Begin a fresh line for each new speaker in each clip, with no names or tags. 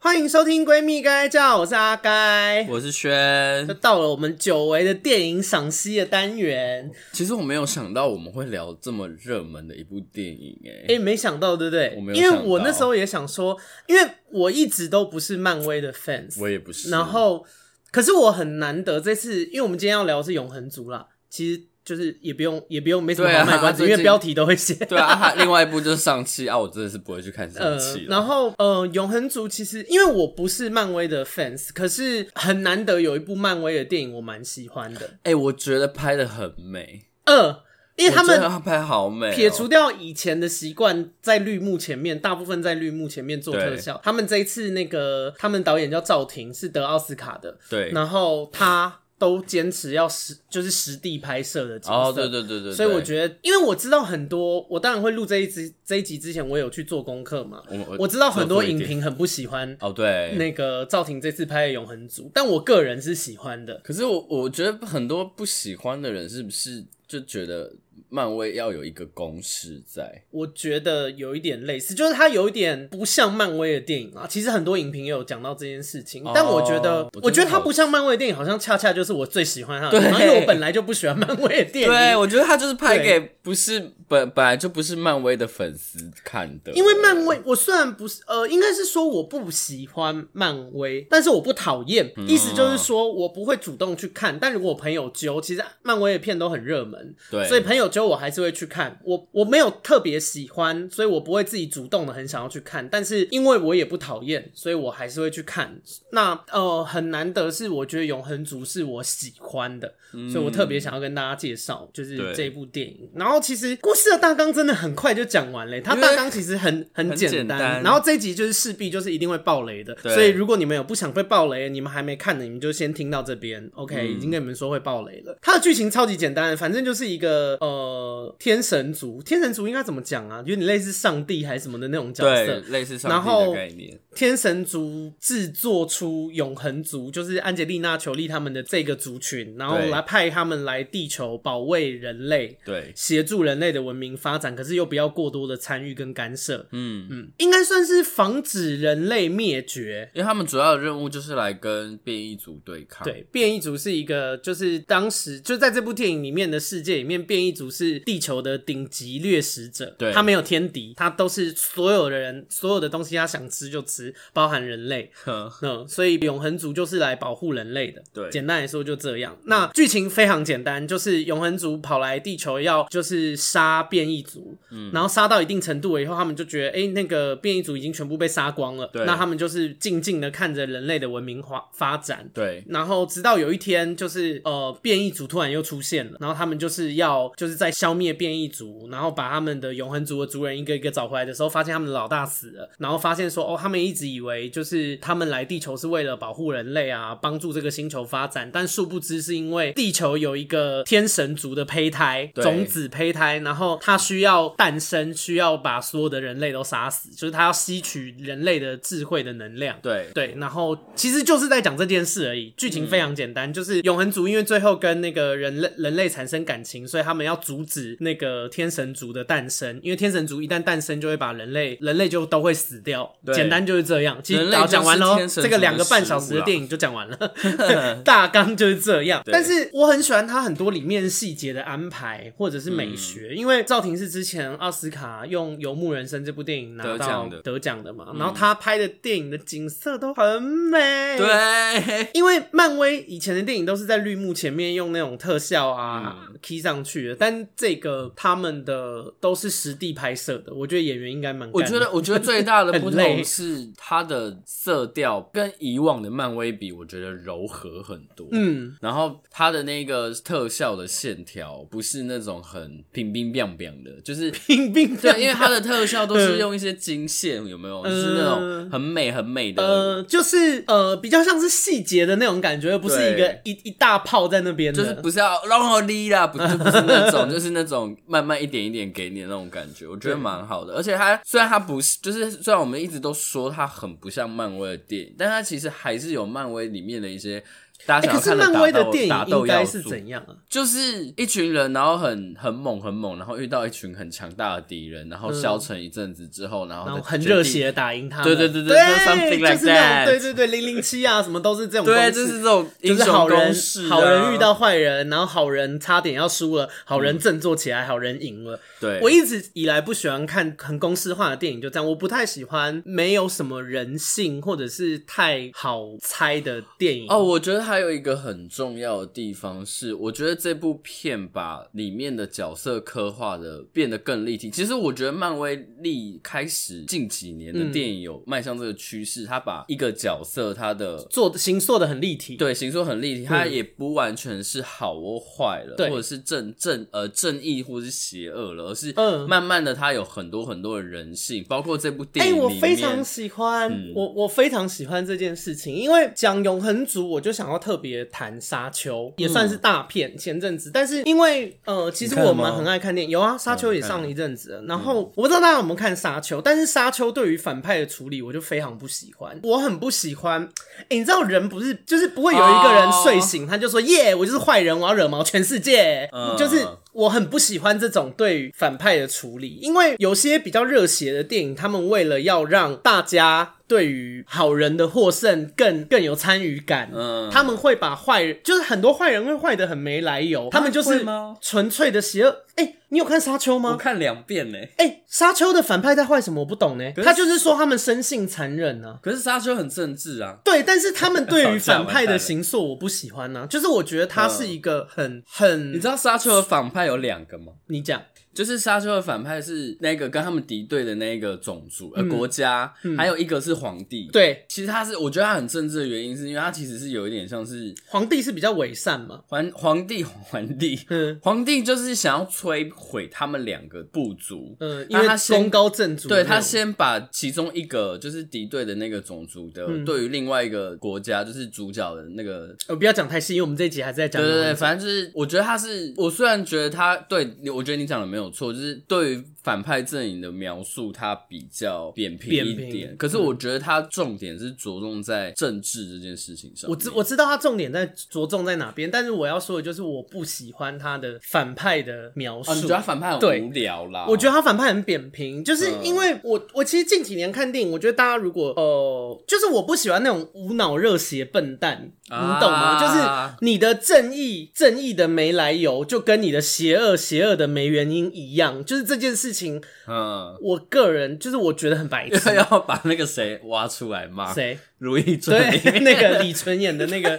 欢迎收听《闺蜜该叫》，我是阿该。
我是
又
轩。
到了我们久违的电影赏析的单元，
其实我没有想到我们会聊这么热门的一部电影、
哎、
哎、
没想到对不对
我没？有
因为
想到
我那时候也想说，因为我一直都不是漫威的 fans，
我也不是。
然后可是我很难得这次，因为我们今天要聊的是永恒族啦，其实就是也不用也不用没什么
对
好
啊
卖关子，
最
因
近
为标题都会写。
对 啊，哦啊另外一部就是上汽啊，我真的是不会去看上啊
呃
汽、，
然后呃，永恒族其实因为我不是漫威的 fans，可是很难得有一部漫威的电影我蛮喜欢的。
哎、我觉得拍的很美，
二，因为他
我觉得
们
他拍好美哦、
撇除掉以前的习惯，在绿幕前面，大部分在绿幕前面做特
对
效。他们这一次那个，他们导演叫赵婷，是得奥斯卡的，
对，
然后他都坚持要实就是实地拍摄的角色。
哦，对对对对对，
所以我觉得，因为我知道很多，我当然会录这一集这一集之前，我有去做功课嘛。
我我
我知道很多
做一
影
点
评很不喜欢
哦对，
那个赵婷这次拍的《永恒族》，但我个人是喜欢的。
可是我我觉得很多不喜欢的人是不是就觉得漫威要有一个公式在？
我觉得有一点类似，就是它有一点不像漫威的电影啊。其实很多影评也有讲到这件事情，
哦
但我觉得
我觉，得
我觉得它不像漫威的电影，好像恰恰就是我最喜欢它的
对
地方，因为我本来就不喜欢漫威的电影。
对，我觉得他就是拍
对
给不是本本来就不是漫威的粉丝看的，
因为漫威，我虽然不是呃，应该是说我不喜欢漫威，但是我不讨厌。
嗯
意思就是说我不会主动去看，但如果我朋友揪，其实漫威的片都很热门，
对，
所以朋友揪我还是会去看。我我没有特别喜欢，所以我不会自己主动的很想要去看。但是因为我也不讨厌，所以我还是会去看。那呃，很难得是我觉得《永恒族》是我喜欢的，所以我特别想要跟大家介绍，就是
嗯对
这部电影。然后其实故事的大纲真的很快就讲完了，它
因为
大纲其实很很
很
简
简单
然后哦这一集就是势必就是一定会爆雷的，
对
所以如果你们有不想被爆雷，你们还没看的，你们就先听到这边。OK，、已
嗯
经跟你们说会爆雷了。它的剧情超级简单，反正就是一个呃天神族，天神族应该怎么讲啊？有点类似上帝还是什么的那种角
对
色。
类似上
然
帝
后
的概念，
天神族制作出永恒族，就是安吉丽娜·裘丽他们的这个族群，然后
对
来派他们来地球保卫人类。
对，
协助人类的文明发展，可是又不要过多的参与跟干涉。
嗯，
嗯，应该算是防止人类灭绝。
因为他们主要的任务就是来跟变异组对抗，
对，变异族是一个，就是当时就在这部电影里面的世界里面，变异族是地球的顶级掠食者，
对
他没有天敌，他都是所有的人，所有的东西他想吃就吃，包含人类。
呵，
嗯，所以永恒族就是来保护人类的。
对
简单来说就这样。那剧情非常简单，就是永恒族跑来地球要就是杀变异族，
嗯
然后杀到一定程度了以后，他们就觉得，哎、那个变异族已经全部被杀光了，
对
那他们就是静静的看着人类的文明发发展。
对，
然后直到有一天，就是呃，变异族突然又出现了，然后他们就是要就是在消灭变异族，然后把他们的永恒族的族人一个一个找回来的时候，发现他们的老大死了，然后发现说哦，他们一直以为就是他们来地球是为了保护人类啊，帮助这个星球发展，但殊不知是因为地球有一个天神族的胚胎
对
种子胚胎，然后它需要诞生，需要把所有的人类都杀死，就是它要吸取人类的智慧的能量。
对，嗯
对，然后其实就是在讲这件事而已。剧情非常简单，就是永恒族因为最后跟那个人类人类产生感情，所以他们要阻止那个天神族的诞生，因为天神族一旦诞生，就会把人类人类就都会死掉。
对
简单就是这样。其实
人类
好
就是
讲完喽，
天神
这个
族
两
的
个半
食
小
物
时的
啦
电影就讲完 了，大纲就是这样。
对
但是我很喜欢它很多里面细节的安排或者是美
嗯
学，因为赵婷是之前奥斯卡用《游牧人生》这部电影拿
得
到
奖的
得奖的
嗯
嘛，然后他拍的电影的景色都很美。。
对，
因为漫威以前的电影都是在绿幕前面用那种特效啊、key
嗯
上去的，但这个他们的都是实地拍摄的，我觉得演员应该蛮干
我
的。
觉得，我觉得最大的不
很累
同是它的色调跟以往的漫威比，我觉得柔和很多。
嗯，
然后它的那个特效的线条不是那种很平平亮亮的， 就是
冰冰
对，因为它的特效都
嗯
是用一些金线，有没有？就是那种很美很美的，
呃，就是呃，比较像是细节的那种感觉，而不是一个
对
一一大炮在那边的。
就是不是
嗯
要让我力啦，不是不是那 种，就是那种慢慢一点一点给你的那种感觉，我觉得
对
蛮好的。而且它虽然它不是，就是虽然我们一直都说它很不像漫威的电影，但它其实还是有漫威里面的一些大
哎、
家想
可
要
是
看的
漫威
打
的
斗
电
打
影应
斗要
该是
素，哦
怎样啊？
就是一群人，然后很很猛很猛，然后遇到一群很强大的敌人，然后消沉一阵子之后，然后
嗯然
再
后很
决定
热血地打赢他们，
对对对
对
对就 something like
就是那
that
种对对对，零零七啊，什么都是这种公
对，
式，
就是这种
就
英
是
雄
好人
公式、啊，
好人遇到坏人，然后好人差点要输了，好人振作起来，好人赢了。
嗯对，
我一直以来不喜欢看很公式化的电影，就这样，我不太喜欢没有什么人性或者是太好猜的电影。
哦，，我觉得还有一个很重要的地方是，我觉得这部片把里面的角色刻画的变得更立体。其实我觉得漫威历开始近几年的
嗯
电影有迈向这个趋势，它把一个角色他的
做形塑的很立体，
对行说很立体，它
嗯
也不完全是好或坏了，
对
或者是正正呃正义或是邪恶了，而是
嗯
慢慢的它有很多很多的人性，包括这部
哎、
电影里
我
面。
非常喜欢，
嗯
我我非常喜欢这件事情，因为讲永恒族，我就想要特别谈沙丘，也算是
嗯
大片、前阵子，但是因为呃，其实
你看了
我
吗
们很爱看电影，有啊，沙丘也上了一阵子了，然
嗯
后我不知道大家有没有看沙丘，但是沙丘对于反派的处理，我就非常不喜欢，我很不喜欢，哎、你知道人不是就是不会有一个人
哦
睡醒，他就说耶，我就是坏人，我要惹毛全世界，
嗯
就是我很不喜欢这种对于反派的处理，因为有些比较热血的电影，他们为了要让大家对于好人的获胜更更有参与感，
嗯
他们会把坏人，就是很多坏人会坏的很没来由，他们就
会
是
吗
纯粹的邪恶。哎、你有看沙丘
我
吗？
看两遍呢、
哎、沙丘的反派在坏什么？我不懂呢、
可是
他就是说他们生性残忍呢、啊。
可是沙丘很政治啊，
对，但是他们对于
吵架
反派
完蛋
的
了
行塑我不喜欢呢、就是我觉得他是一个很很，
嗯你知道沙丘的反派有两个吗？
你讲，
就是沙丘的反派是那个跟他们敌对的那个种族呃、
嗯
国家，还有一个是皇帝。，
对，
其实他是我觉得他很政治的原因，是因为他其实是有一点像是
皇帝是比较伪善嘛，
皇皇帝皇帝
嗯
皇帝就是想要摧毁他们两个部族。
嗯，因
那
为
他先
功高震主的
对
那种，
他先把其中一个就是敌对的那个种族的，
嗯
对于另外一个国家就是主角的那个
呃不要讲太细，因为我们这一集还在讲
对对对，
龙族
反正就是，我觉得他是，我虽然觉得他对你，我觉得你讲的没有错，就是对于反派阵营的描述，他比较扁平一
扁平
点。可是我觉得他重点是着重在政治这件事情上面。
我
哦
知我知道他重点在着重在哪边，但是我要说的就是我不喜欢他的反派的描述。
哦，你觉得他反派
对
很无聊啦？
我觉得
得
他反派很扁平，就是
嗯
因为我、我其实近几年看电影，我觉得大家如果呃，就是我不喜欢那种无脑热血笨蛋，你懂吗？
啊
就是你的正义正义的没来由，就跟你的邪恶邪恶的没原因一样，就是这件事情，
嗯，
我个人就是我觉得很白痴。
要把那个谁挖出来骂，《
谁？
如懿传》
对，
里 面
那个李纯演的那个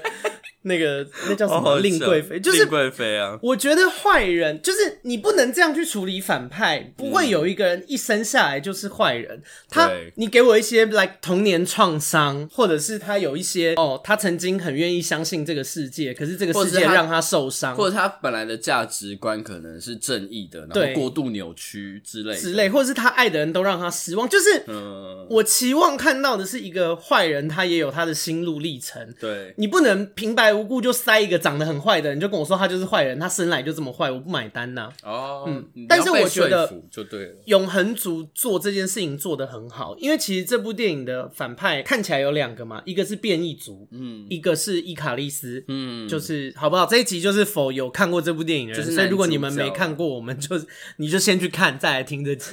那个那叫什
好好
么
笑
令贵妃，就是
令贵妃啊，
我觉得坏人就是你不能这样去处理反派，不会有一个人一生下来就是坏人。他
嗯对，
你给我一些 like 童年创伤，或者是他有一些哦，他曾经很愿意相信这个世界，可是这个
或
世
者
界
他
让他受伤
或者他本来的价值观可能是正义的，然
对
后过度扭曲之类的
之类，。或者是他爱的人都让他失望。就是
嗯，
我期望看到的是一个坏人，他也有他的心路历程。
对。
你不能平白无故就塞一个长得很坏的人，你就跟我说他就是坏人，他生来就这么坏，我不买单呐、
哦，你要
嗯但是
被
我觉得
说服就对了。
永恒族做这件事情做得很好，因为其实这部电影的反派看起来有两个嘛，一个是变异族，嗯，一个是伊卡丽斯，
嗯，
就是好不好？这一集就是否有看过这部电影的人，
就是
所以
男
如果你
主
们
角
没看过，我们就 你就先去看，再来听这 集。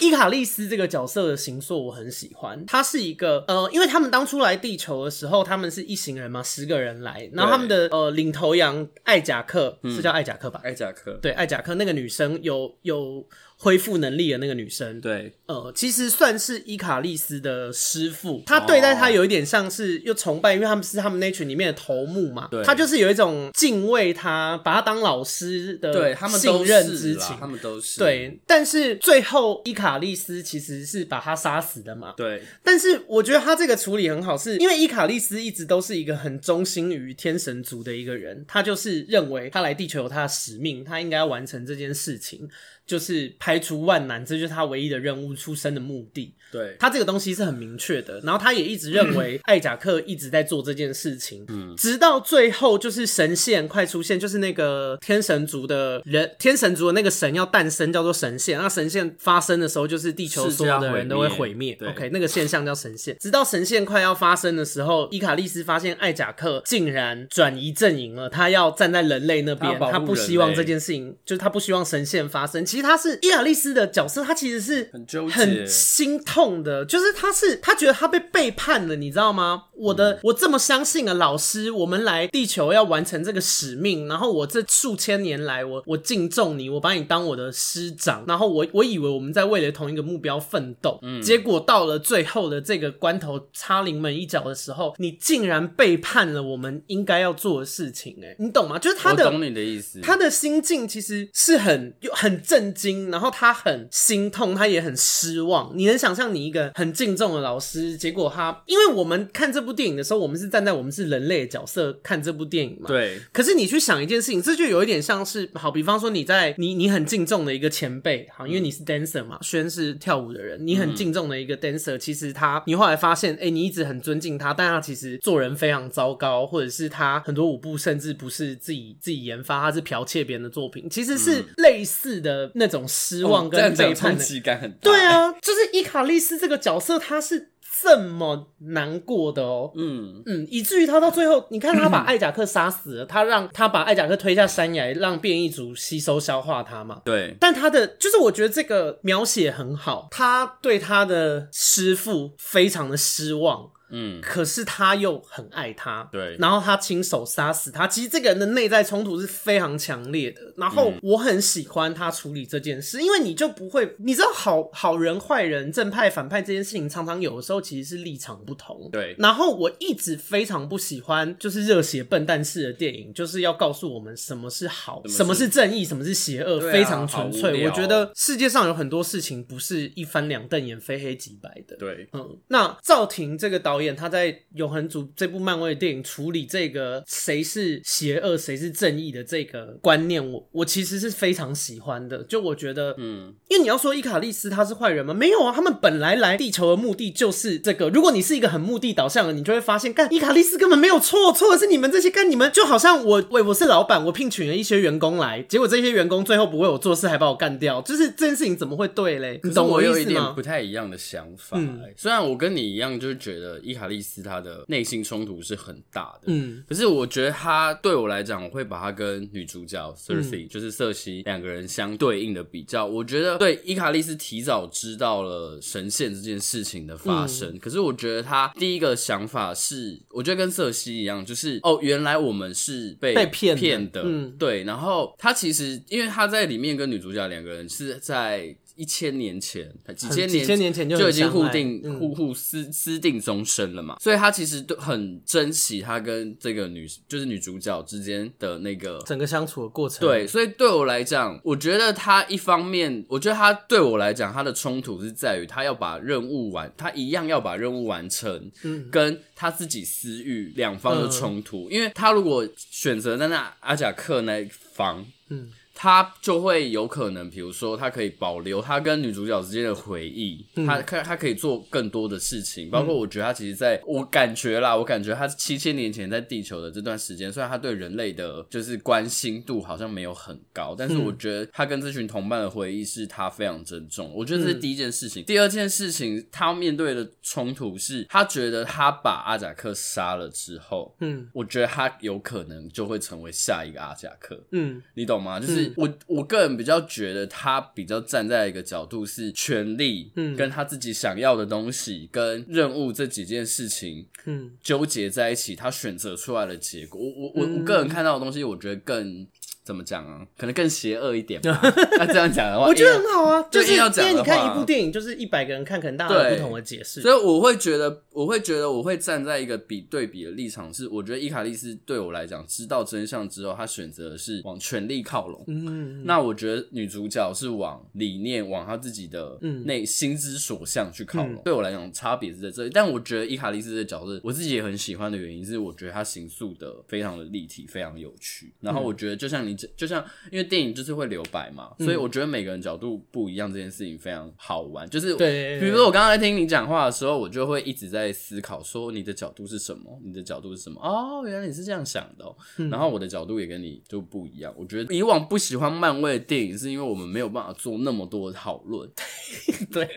伊卡丽斯这个角色的形塑我很喜欢，他是一个呃，因为他们当初来地球的时候，他们是一行人嘛，十个人来，然后他们的呃领头羊艾贾克、
嗯
是叫艾贾克吧？
艾贾克，
对，艾贾克那个女生有有恢复能力的那个女生，
对
呃，其实算是伊卡丽斯的师傅，他
哦
对待他有一点像是又崇拜，因为他们是他们那群里面的头目嘛，
对
他就是有一种敬畏他，把他当老师的
对，他们都
呃信任
是
之
啦，他
情。
们都是
对，但是最后伊卡丽斯其实是把他杀死的嘛，
对
但是我觉得他这个处理很好是，因为伊卡丽斯一直都是一个很忠心于天神族的一个人，他就是认为他来地球有他的使命，他应该要完成这件事情。就是排除万难，这就是他唯一的任务，出生的目的。
对，
他这个东西是很明确的，然后他也一直认 为艾贾克一直在做这件事情，
嗯
直到最后就是神线快出现，就是那个天神族的人，天神族的那个神要诞生，叫做神线。那神线发生的时候，就是地球
世界
所
要
有的人都会毁灭。
毁灭对
OK，那个现象叫神线。直到神线快要发生的时候，伊卡利斯发现艾贾克竟然转移阵营了，他要站在人类那
他要
边，
保护
他不希
人
望
类
这件事情，就是他不希望神线发生。其实他是伊卡利斯的角色，他其实是
很纠结
很心痛的，就是他是他觉得他被背叛了，你知道吗？我
嗯
的、我这么相信啊，老师，我们来地球要完成这个使命，然后我这数千年来，我我敬重你，我把你当我的师长，然后我我以为我们在为了同一个目标奋斗，
嗯
结果到了最后的这个关头，插临门一脚的时候，你竟然背叛了我们应该要做的事情、欸，你懂吗？就是他的
我懂你的意思，
他的心境其实是很又很震惊，然后他很心痛，他也很失望。你能想象你一个很敬重的老师，结果他，因为我们看这部电影的时候，我们是站在我们是人类的角色看这部电影嘛，
对
可是你去想一件事情，这就有一点像是好，比方说你在你你很敬重的一个前辈，好，因为你
嗯
是 dancer 嘛，轩是跳舞的人，你很敬重的一个 dancer，、其实他你后来发现，哎、你一直很尊敬他，但他其实做人非常糟糕，或者是他很多舞步甚至不是自己自己研发，他是剽窃别人的作品，其实是类似的那种失望
嗯哦这
跟
样
背
讲
叛
冲
的
击感很大，
对，啊，就是伊卡利斯这个角色，他是这么难过的哦。
嗯，
嗯，以至于他到最后，你看他把艾贾克杀死了，他让他把艾贾克推下山崖，让变异族吸收消化他嘛。
对，
但他的就是，我觉得这个描写很好，他对他的师傅非常的失望，
嗯，
可是他又很爱他，
对
然后他亲手杀死他。其实这个人的内在冲突是非常强烈的。然后我很喜欢他处理这件事，因为你就不会，你知道好好人、坏人、正派、反派这件事情，常常有的时候其实是立场不同。
对
然后我一直非常不喜欢就是热血笨蛋式的电影，就是要告诉我们什么是好，
么是
什么是正义，什么是邪恶，
对啊
非常
好
纯
无
粹。
聊
我觉得世界上有很多事情不是一翻两瞪眼、非黑即白的。
对，
嗯，那赵婷这个导演，他在《永恒族》这部漫威的电影处理这个谁是邪恶、谁是正义的这个观念，我我其实是非常喜欢的。就我觉得，
嗯，
因为你要说伊卡利斯他是坏人吗？没有啊，他们本来来地球的目的就是这个。如果你是一个很目的导向的，你就会发现，干伊卡利斯根本没有错，错的是你们这些干你们，就好像我喂我是老板，我聘请了一些员工来，结果这些员工最后不为我做事，还把我干掉，就是这件事情怎么会对嘞？你
可是
懂
我
意
有一
思
点
吗
不？太一样的想法、
嗯
欸虽然我跟你一样，就是觉得伊卡利斯他的内心冲突是很大的，
嗯。
可是我觉得他对我来讲，我会把他跟女主角
嗯
Cersei、就是瑟西两个人相对应的比较。我觉得对伊卡利斯提早知道了神线这件事情的发生，
嗯
可是我觉得他第一个想法是，我觉得跟瑟西一样，就是哦，原来我们是被
被骗的
骗的，
嗯
对。然后他其实因为他在里面跟女主角两个人是在。一千年前，几
很
千年
几千年前就
就
很
已经
相
互
爱
定
嗯
互互私私定终身了嘛，所以他其实都很珍惜他跟这个女就是女主角之间的那个。
整个相处的过程。
对，，所以对我来讲，我觉得他一方面，我觉得他对我来讲，他的冲突是在于他要把任务完，他一样要把任务完成，
嗯
跟他自己私欲两方的
嗯
冲突。因为他如果选择在那阿贾克那一方，
嗯，
他就会有可能，比如说，他可以保留他跟女主角之间的回忆，他可他可以做更多的事情，包括我觉得他其实在，我感觉啦，我感觉他七千年前在地球的这段时间，虽然他对人类的就是关心度好像没有很高，但是我觉得他跟这群同伴的回忆是他非常珍重。我觉得这是第一件事情。第二件事情，他面对的冲突是他觉得他把阿贾克杀了之后，
嗯
我觉得他有可能就会成为下一个阿贾克。
嗯
你懂吗？就是我、我个人比较觉得他比较站在一个角度是权力，
嗯
跟他自己想要的东西跟任务这几件事情
嗯
纠结在一起，他选择出来的结果。我我我、
嗯
我个人看到的东西，我觉得 更怎么讲啊？可能更邪恶一点吧。那这样讲的话，
我觉得
因为
很好啊，就
对
是
硬
因
要讲的
为你看
话
一部电影，就是一百个人看，可能大家有
对
不同的解释。
所以我会觉得，我会觉得我会站在一个比对比的立场是，我觉得伊卡利斯对我来讲，知道真相之后，他选择的是往权力靠拢。
嗯，
那我觉得女主角是往理念、往她自己的
嗯
内心之所向去靠拢。
嗯
对我来讲，差别是在这里。但我觉得伊卡丽斯的角色，我自
嗯
己也很喜欢的原因是，我觉得她形塑的非常的立体，非常有趣。然后我觉得，就像你你这就像因为电影就是会留白嘛，
嗯
所以我觉得每个人角度不一样，这件事情非常好玩。就是
对对对
比如说我刚刚在听你讲话的时候，我就会一直在思考说你的角度是什么，你的角度是什么？哦，原来你是这样想的、哦。然后我的角度也跟你就不一样。我觉得以往不喜欢漫威的电影，是因为我们没有办法做那么多的讨论。
嗯 对，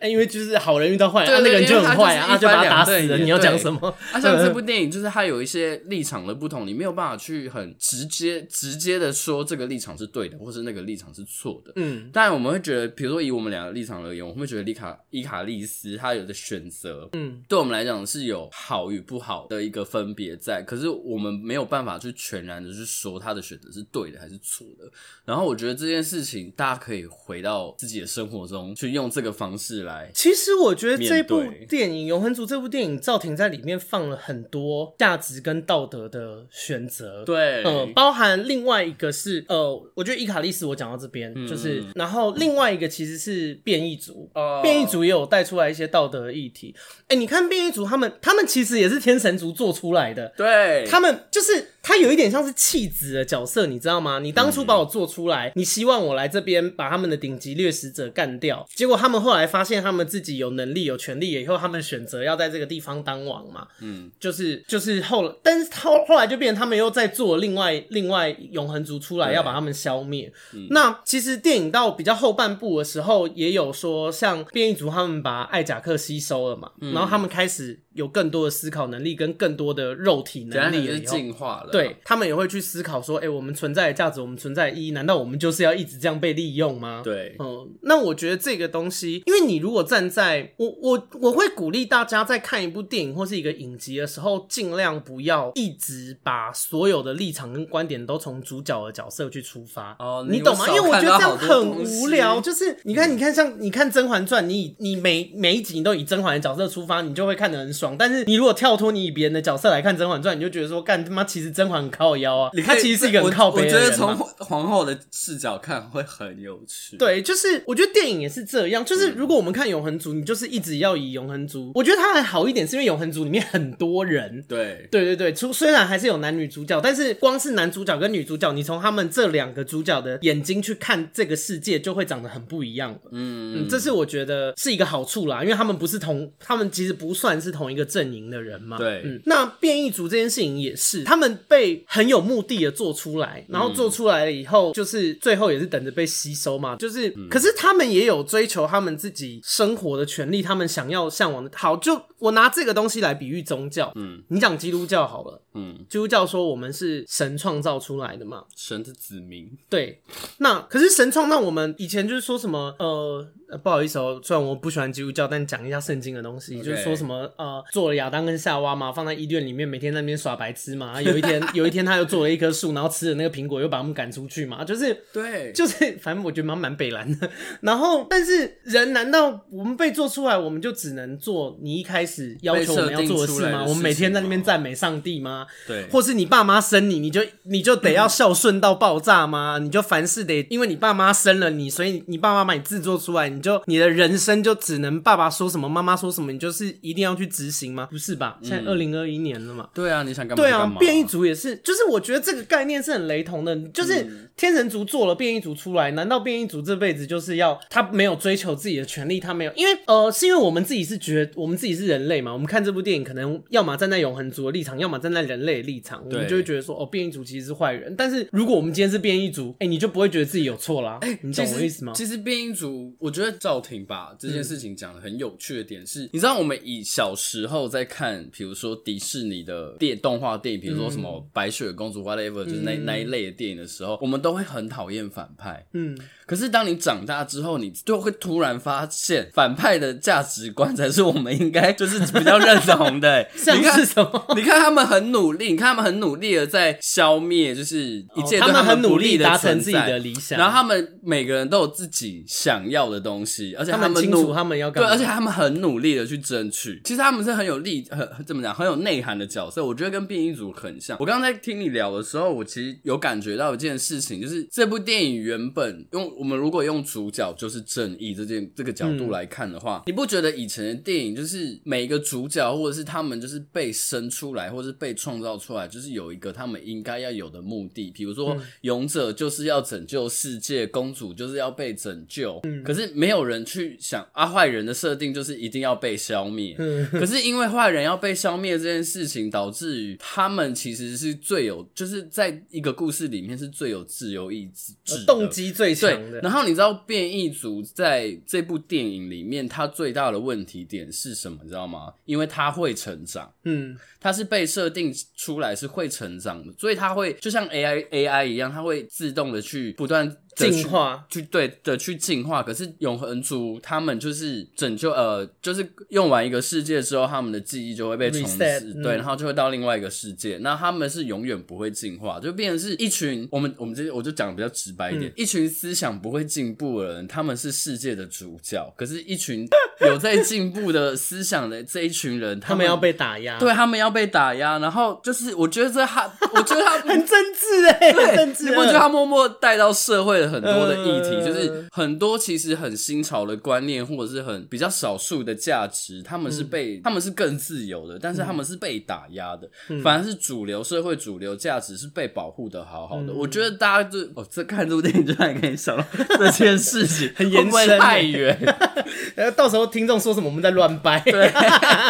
哎因为就是好人遇到坏人，
对
啊那个人
因为
很
他
坏啊，
就是
啊
一
就把他打
翻两
死
瞪
了，
眼
你要讲
对
什么？
啊，像这部电影，就是它有一些立场的不同，你没有办法去很直接、直接的说这个立场是对的，或是那个立场是错的。
嗯，
当然，我们会觉得，比如说以我们两个立场而言，我们会觉得丽卡伊卡丽斯她有的选择，
嗯，
对我们来讲是有好与不好的一个分别在。可是我们没有办法去全然的去说她的选择是对的还是错的。然后我觉得这件事情，大家可以回到自己的生活中去用这个方式来
其实我觉得这部
面对
电影《永恒族》这部电影，赵婷在里面放了很多价值跟道德的选择。。
对，
呃，包含另外一个是呃，我觉得伊卡丽斯我讲到这边、
嗯
就是，然后另外一个其实是变异族，
哦
变异族也有带出来一些道德的议题。哎、你看变异族他们，他们其实也是天神族做出来的，
对
他们就是他有一点像是弃子的角色，你知道吗？你当初把我做出
嗯
来，你希望我来这边把他们的顶级掠食者干掉，结果他们后来发现他们自己有能力、有权利以后，他们选择要在这个地方当王嘛。
嗯，
就是就是后来，但是后后来就变成他们又在做另外另外永恒族出来
对嗯
要把他们消灭。那其实电影到比较后半部的时候，也有说像变异族他们把艾贾克吸收了嘛，
嗯
然后他们开始有更多的思考能力跟更多的肉体
简
能
单
力
你
了
啊是
以后。
进化了，
对他们也会去思考说，哎、我们存在的价值，我们存在的意义，难道我们就是要一直这样被利用吗？
对，
嗯，那我觉得这个东西，因为你如果站在我我我会鼓励大家在看一部电影或是一个影集的时候，尽量不要一直把所有的立场跟观点都从主角的角色去出发。
哦
你懂吗？因为我觉得这样很无聊，
就
就是你看，你看像你看《甄嬛传》，你以你每每一集你都以甄嬛的角色出发，你就会看得很爽。但是你如果跳脱你以别人的角色来看《甄嬛传》，你就觉得说，干他妈其实甄嬛很靠腰啊，她其实是一个很靠
我
背的
觉
人嘛。啊
得从皇后的视角看会很有趣。，
对，就是我觉得电影也是这样，就是如果我们看《永恒族》，你就是一直要以永恒族，我觉得它还好一点，是因为《永恒族》里面很多人。
对，
对对对，出虽然还是有男女主角，但是光是男主角跟女主角，你从他们这两个主角的眼睛去看这个世界，就会长得很不一样了。
嗯
嗯，这是我觉得是一个好处啦，因为他们不是同，他们其实不算是同一个阵营的人嘛。
对
嗯，那变异族这件事情也是，他们被很有目的的做出来，然后做出来了以后，就是最后也是等着被吸收嘛。就是，
嗯
可是他们也有追求他们自己生活的权利，他们想要向往的。好，就我拿这个东西来比喻宗教。嗯，你讲基督教好了，
嗯，
基督教说我们是神创造出来的嘛，
神的子民，
对，那可是神创，那我们以前就是说什么呃，呃不好意思哦，虽然我不喜欢基督教，但讲一下圣经的东西
OK
就是说什么呃，做了亚当跟夏娃嘛，放在伊甸里面，每天在那边耍白痴嘛，有一天有一天他又做了一棵树，然后吃了那个苹果，又把他们赶出去嘛，就是。
对，
就是， 反正我觉得蛮蛮北蓝的。然后，但是人难道我们被做出来，我们就只能做你一开始要求我们要做的事
被设定出来的事
吗？
情
我们每天在那边
吗
赞美上帝吗？
对，
或是你爸妈生你，你就你就得要孝顺到爆炸吗？你就凡事得，因为你爸妈生了你，所以你爸妈把你制作出来，你就你的人生就只能爸爸说什么，妈妈说什么，你就是一定要去执行吗？不是吧？现在二零二一年了嘛。
对啊，你想干嘛
对
就干
啊
嘛？，
变异族也是，就是我觉得这个概念是很雷同的，
嗯
就是天神族做了变异族出来，难道变异族这辈子就是要他没有追求自己的权利，他没有，因为呃，是因为我们自己是觉得我们自己是人类嘛，我们看这部电影可能要么站在永恒族的立场，要么站在人类的立场，我们
对
就会觉得说哦，变异族其实是坏人，但是如果我们今天是变异族，哎、你就不会觉得自己有错啦，你懂
哎其
我
实
意思吗？嗯
其实变音族，我觉得赵婷把这件事情讲的很有趣的点是，你知道我们以小时候在看，比如说迪士尼的电动画电影，比如说什
嗯
么白雪公主 whatever，就是那、那一类的电影的时候，我们都会很讨厌反派。
嗯，
可是当你长大之后，你就会突然发现，反派的价值观才是我们应该就是比较认同的、欸
像
你看
是 什么？哦
你看他们很努力，你看他们很努力的在消灭，就是一切
哦
对
他们很
们不
努
利
力
的
达成
存
自己的
在。
理想，
然后他们每个人都有自己想要的东西，而且
他们
们
清
努
楚他们要干
对，
嘛，
而且他们很努力的去争取。其实他们是很有力，很怎么讲，很有内涵的角色。我觉得跟变异组很像。我刚刚在听你聊的时候，我其实有感觉到一件事情，就是这部电影原本用我们如果用主角就是正义这件这个角
嗯
度来看的话，你不觉得以前的电影就是每个主角或者是他们就是被生出来，或是被创造出来，就是有一个他们应该要有的目的，比如说
嗯
勇者就是要拯救世界，公主就是要被拯救，
嗯
可是没有人去想啊，坏人的设定就是一定要被消灭，
嗯
可是因为坏人要被消灭这件事情，导致于他们其实是最有，就是在一个故事里面是最有自由意志的
呃动机最强
对，
的，
然后你知道变异族在这部电影里面，它最大的问题点是什么？你知道吗？因为它会成长，
嗯，
它是被设定出来是会成长的，所以它会就像 AI AI 一样，它会自动的去不断地去
进化，
去对的去进化。可是永恒族他们就是拯救呃，就是用完一个世界之后，他们的记忆就会被重置
Reset，嗯
对，然后就会到另外一个世界。那他们是永远不会进化，就变成是一群我们我们这我就讲得比较直白一
嗯
点，一群思想不会进步的人，他们是世界的主角。可是，一群有在进步的思想的这一群人，
他们要被打压，
对啊他们要被打压，然后就是我觉得这他，我觉得 他
很政治哎，很
对，
政
你
治，
不觉得他默默带到社会的很多的议题，
嗯
就是很多其实很新潮的观念，或者是很比较少数的价值，他
嗯
们是被、他们是更自由的，但是他们是被打压的，
嗯
反而是主流社会主流价值是被保护的好好
嗯
的。我觉得大家就哦，这看这部电影就让你可以想到这件事情，
很延伸欸
会不会太远。
呃，到时候听众说什么我们在乱掰，
啊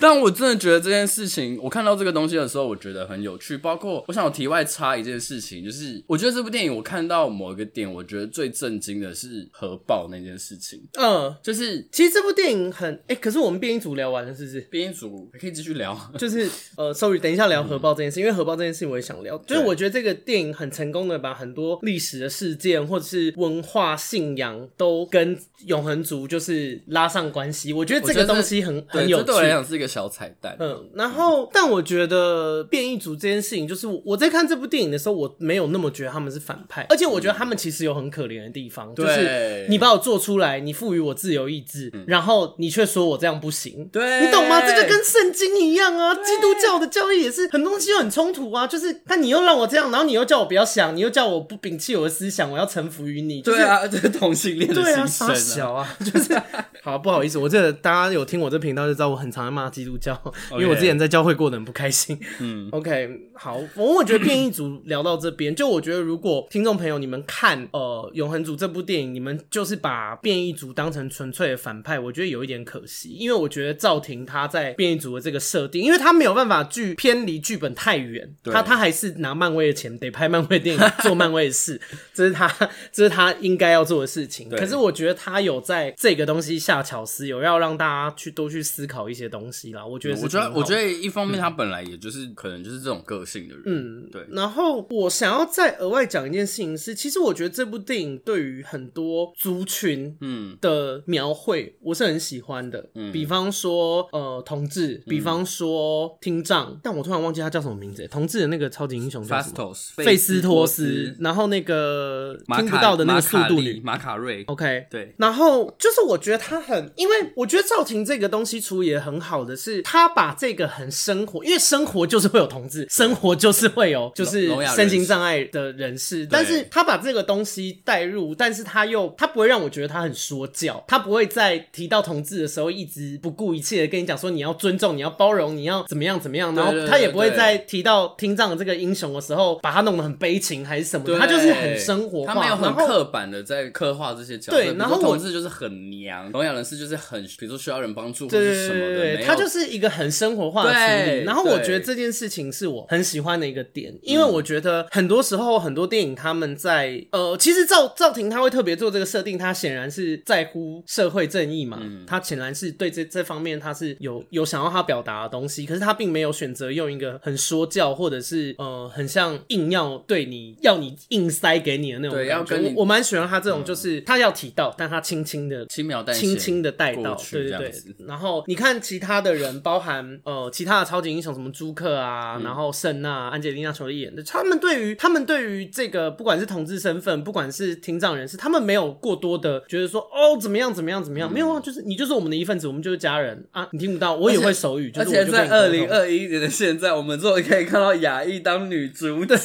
但我真的觉得这件事情，我看到这个东西的时候，我觉得很有趣。包括我想我题外插一件事情，就是我觉得这部电影我看到某一个点，我觉得最震惊的是核爆那件事情，
嗯，
就是
其实这部电影很哎、可是我们变音组聊完了是不是？
编组可以继续聊。
就是呃，sorry，等一下聊核爆这件事，因为核爆这件事情我也想聊。就是我觉得这个电影很成功的把很多历史的事件或者是文化信仰都跟永恒族就是拉上关系，我觉得这个东西很
对，
很有
这
趣。
对我来讲是一个小彩蛋。
嗯，然后但我觉得变异族这件事情，就是我我在看这部电影的时候，我没有那么觉得他们是反派，而且我觉得他们其实有很可怜的地方，就
嗯对
是你把我做出来，你赋予我自由意志，然后你却说我这样不行，
嗯对
你懂吗？这就跟圣经一样啊，基督教的教义也是很多东西都很冲突啊，就是但你又让我这样，然后你又叫我不要想，你又叫我不摒弃我的思想，我要臣服于你，就是
对啊，这是同性恋的
对啊，
心
傻
声啊。
小 啊，就是 好不好意思，我这大家有听我这频道就知道我很常在骂基督教，因为我之前在教会过得很不开心。嗯，OK，好，我我觉得变异组聊到这边，就我觉得如果听众朋友你们看呃《永恒族》这部电影，你们就是把变异族当成纯粹的反派，我觉得有一点可惜，因为我觉得赵婷她在变异族的这个设定，因为她没有办法剧偏离剧本太远，
对
她她还是拿漫威的钱得拍漫威电影，做漫威的事， 这是她这是她应该要做的事情。
对
可是我觉得他有在这个东西下巧思，有要让大家去多去思考一些东西啦。我觉得是
我觉得，
挺好
我觉
的。
得一方面他本来也就是可能就是这种个性的人，嗯，对，
然后我想要再额外讲一件事情是，其实我觉得这部电影对于很多族群，
嗯，
的描绘，我是很喜欢的。嗯，比方说呃同志，比方说听障，但我突然忘记他叫什么名字。欸同志的那个超级英雄叫什么？
Fastos
费斯托斯，然后那个
马
听不
卡
到的那
马
个速
卡
度
利
女。
马卡瑞，
OK，
对，
然后就是我觉得他很，因为我觉得赵婷这个东西处理的很好的是，他把这个很生活，因为生活就是会有同志，生活就是会有就是
聋哑人士
身心障碍的人士，但是他把这个东西带入，但是他又他不会让我觉得他很说教，他不会在提到同志的时候一直不顾一切的跟你讲说你要尊重，你要包容，你要怎么样怎么样，然后
对对对
他也不会
对
在提到听障的这个英雄的时候把他弄得很悲情还是什么的，他就是很生活化，
他没有很
然后
刻板的在刻画这些角色。
对
比如
然后
说
我
同志就是很娘，聋哑人士就是很，比如说需要人帮助或
对
者
对
是什么
对
的，
对
没
对，
有
它就是一个很生活化的处
对
理。然后我
对
觉得这件事情是我很喜欢的一个点，因
嗯
为我觉得很多时候很多电影他们在呃，其实赵赵婷他会特别做这个设定，他显然是在乎社会正义嘛，
嗯
他显然是对这这方面他是有有想要他表达的东西，可是他并没有选择用一个很说教或者是呃很像硬要对你要你硬塞给你的那种
对
感
要
觉。
跟你嗯
我我蛮喜欢他这种，就是他要提到，但他轻轻的
轻描淡写，
轻轻的带到
过，去
对
这
对
样
对
子。
然后你看其他的人，包含呃其他的超级英雄，什么朱克啊，
嗯
然后圣娜、安吉丽娜·裘丽演的，他们对于他们对于这个不管是同志身份，不管是听障人士，他们没有过多的觉得说哦怎么样怎么样怎么
嗯
样，没有啊，就是你就是我们的一份子，我们就是家人啊，你听不到，我也会手语，就
而
是我
且
就跟
在
你
二
沟
零
通。
二一年的现在，我们终于可以看到亚裔当女主角，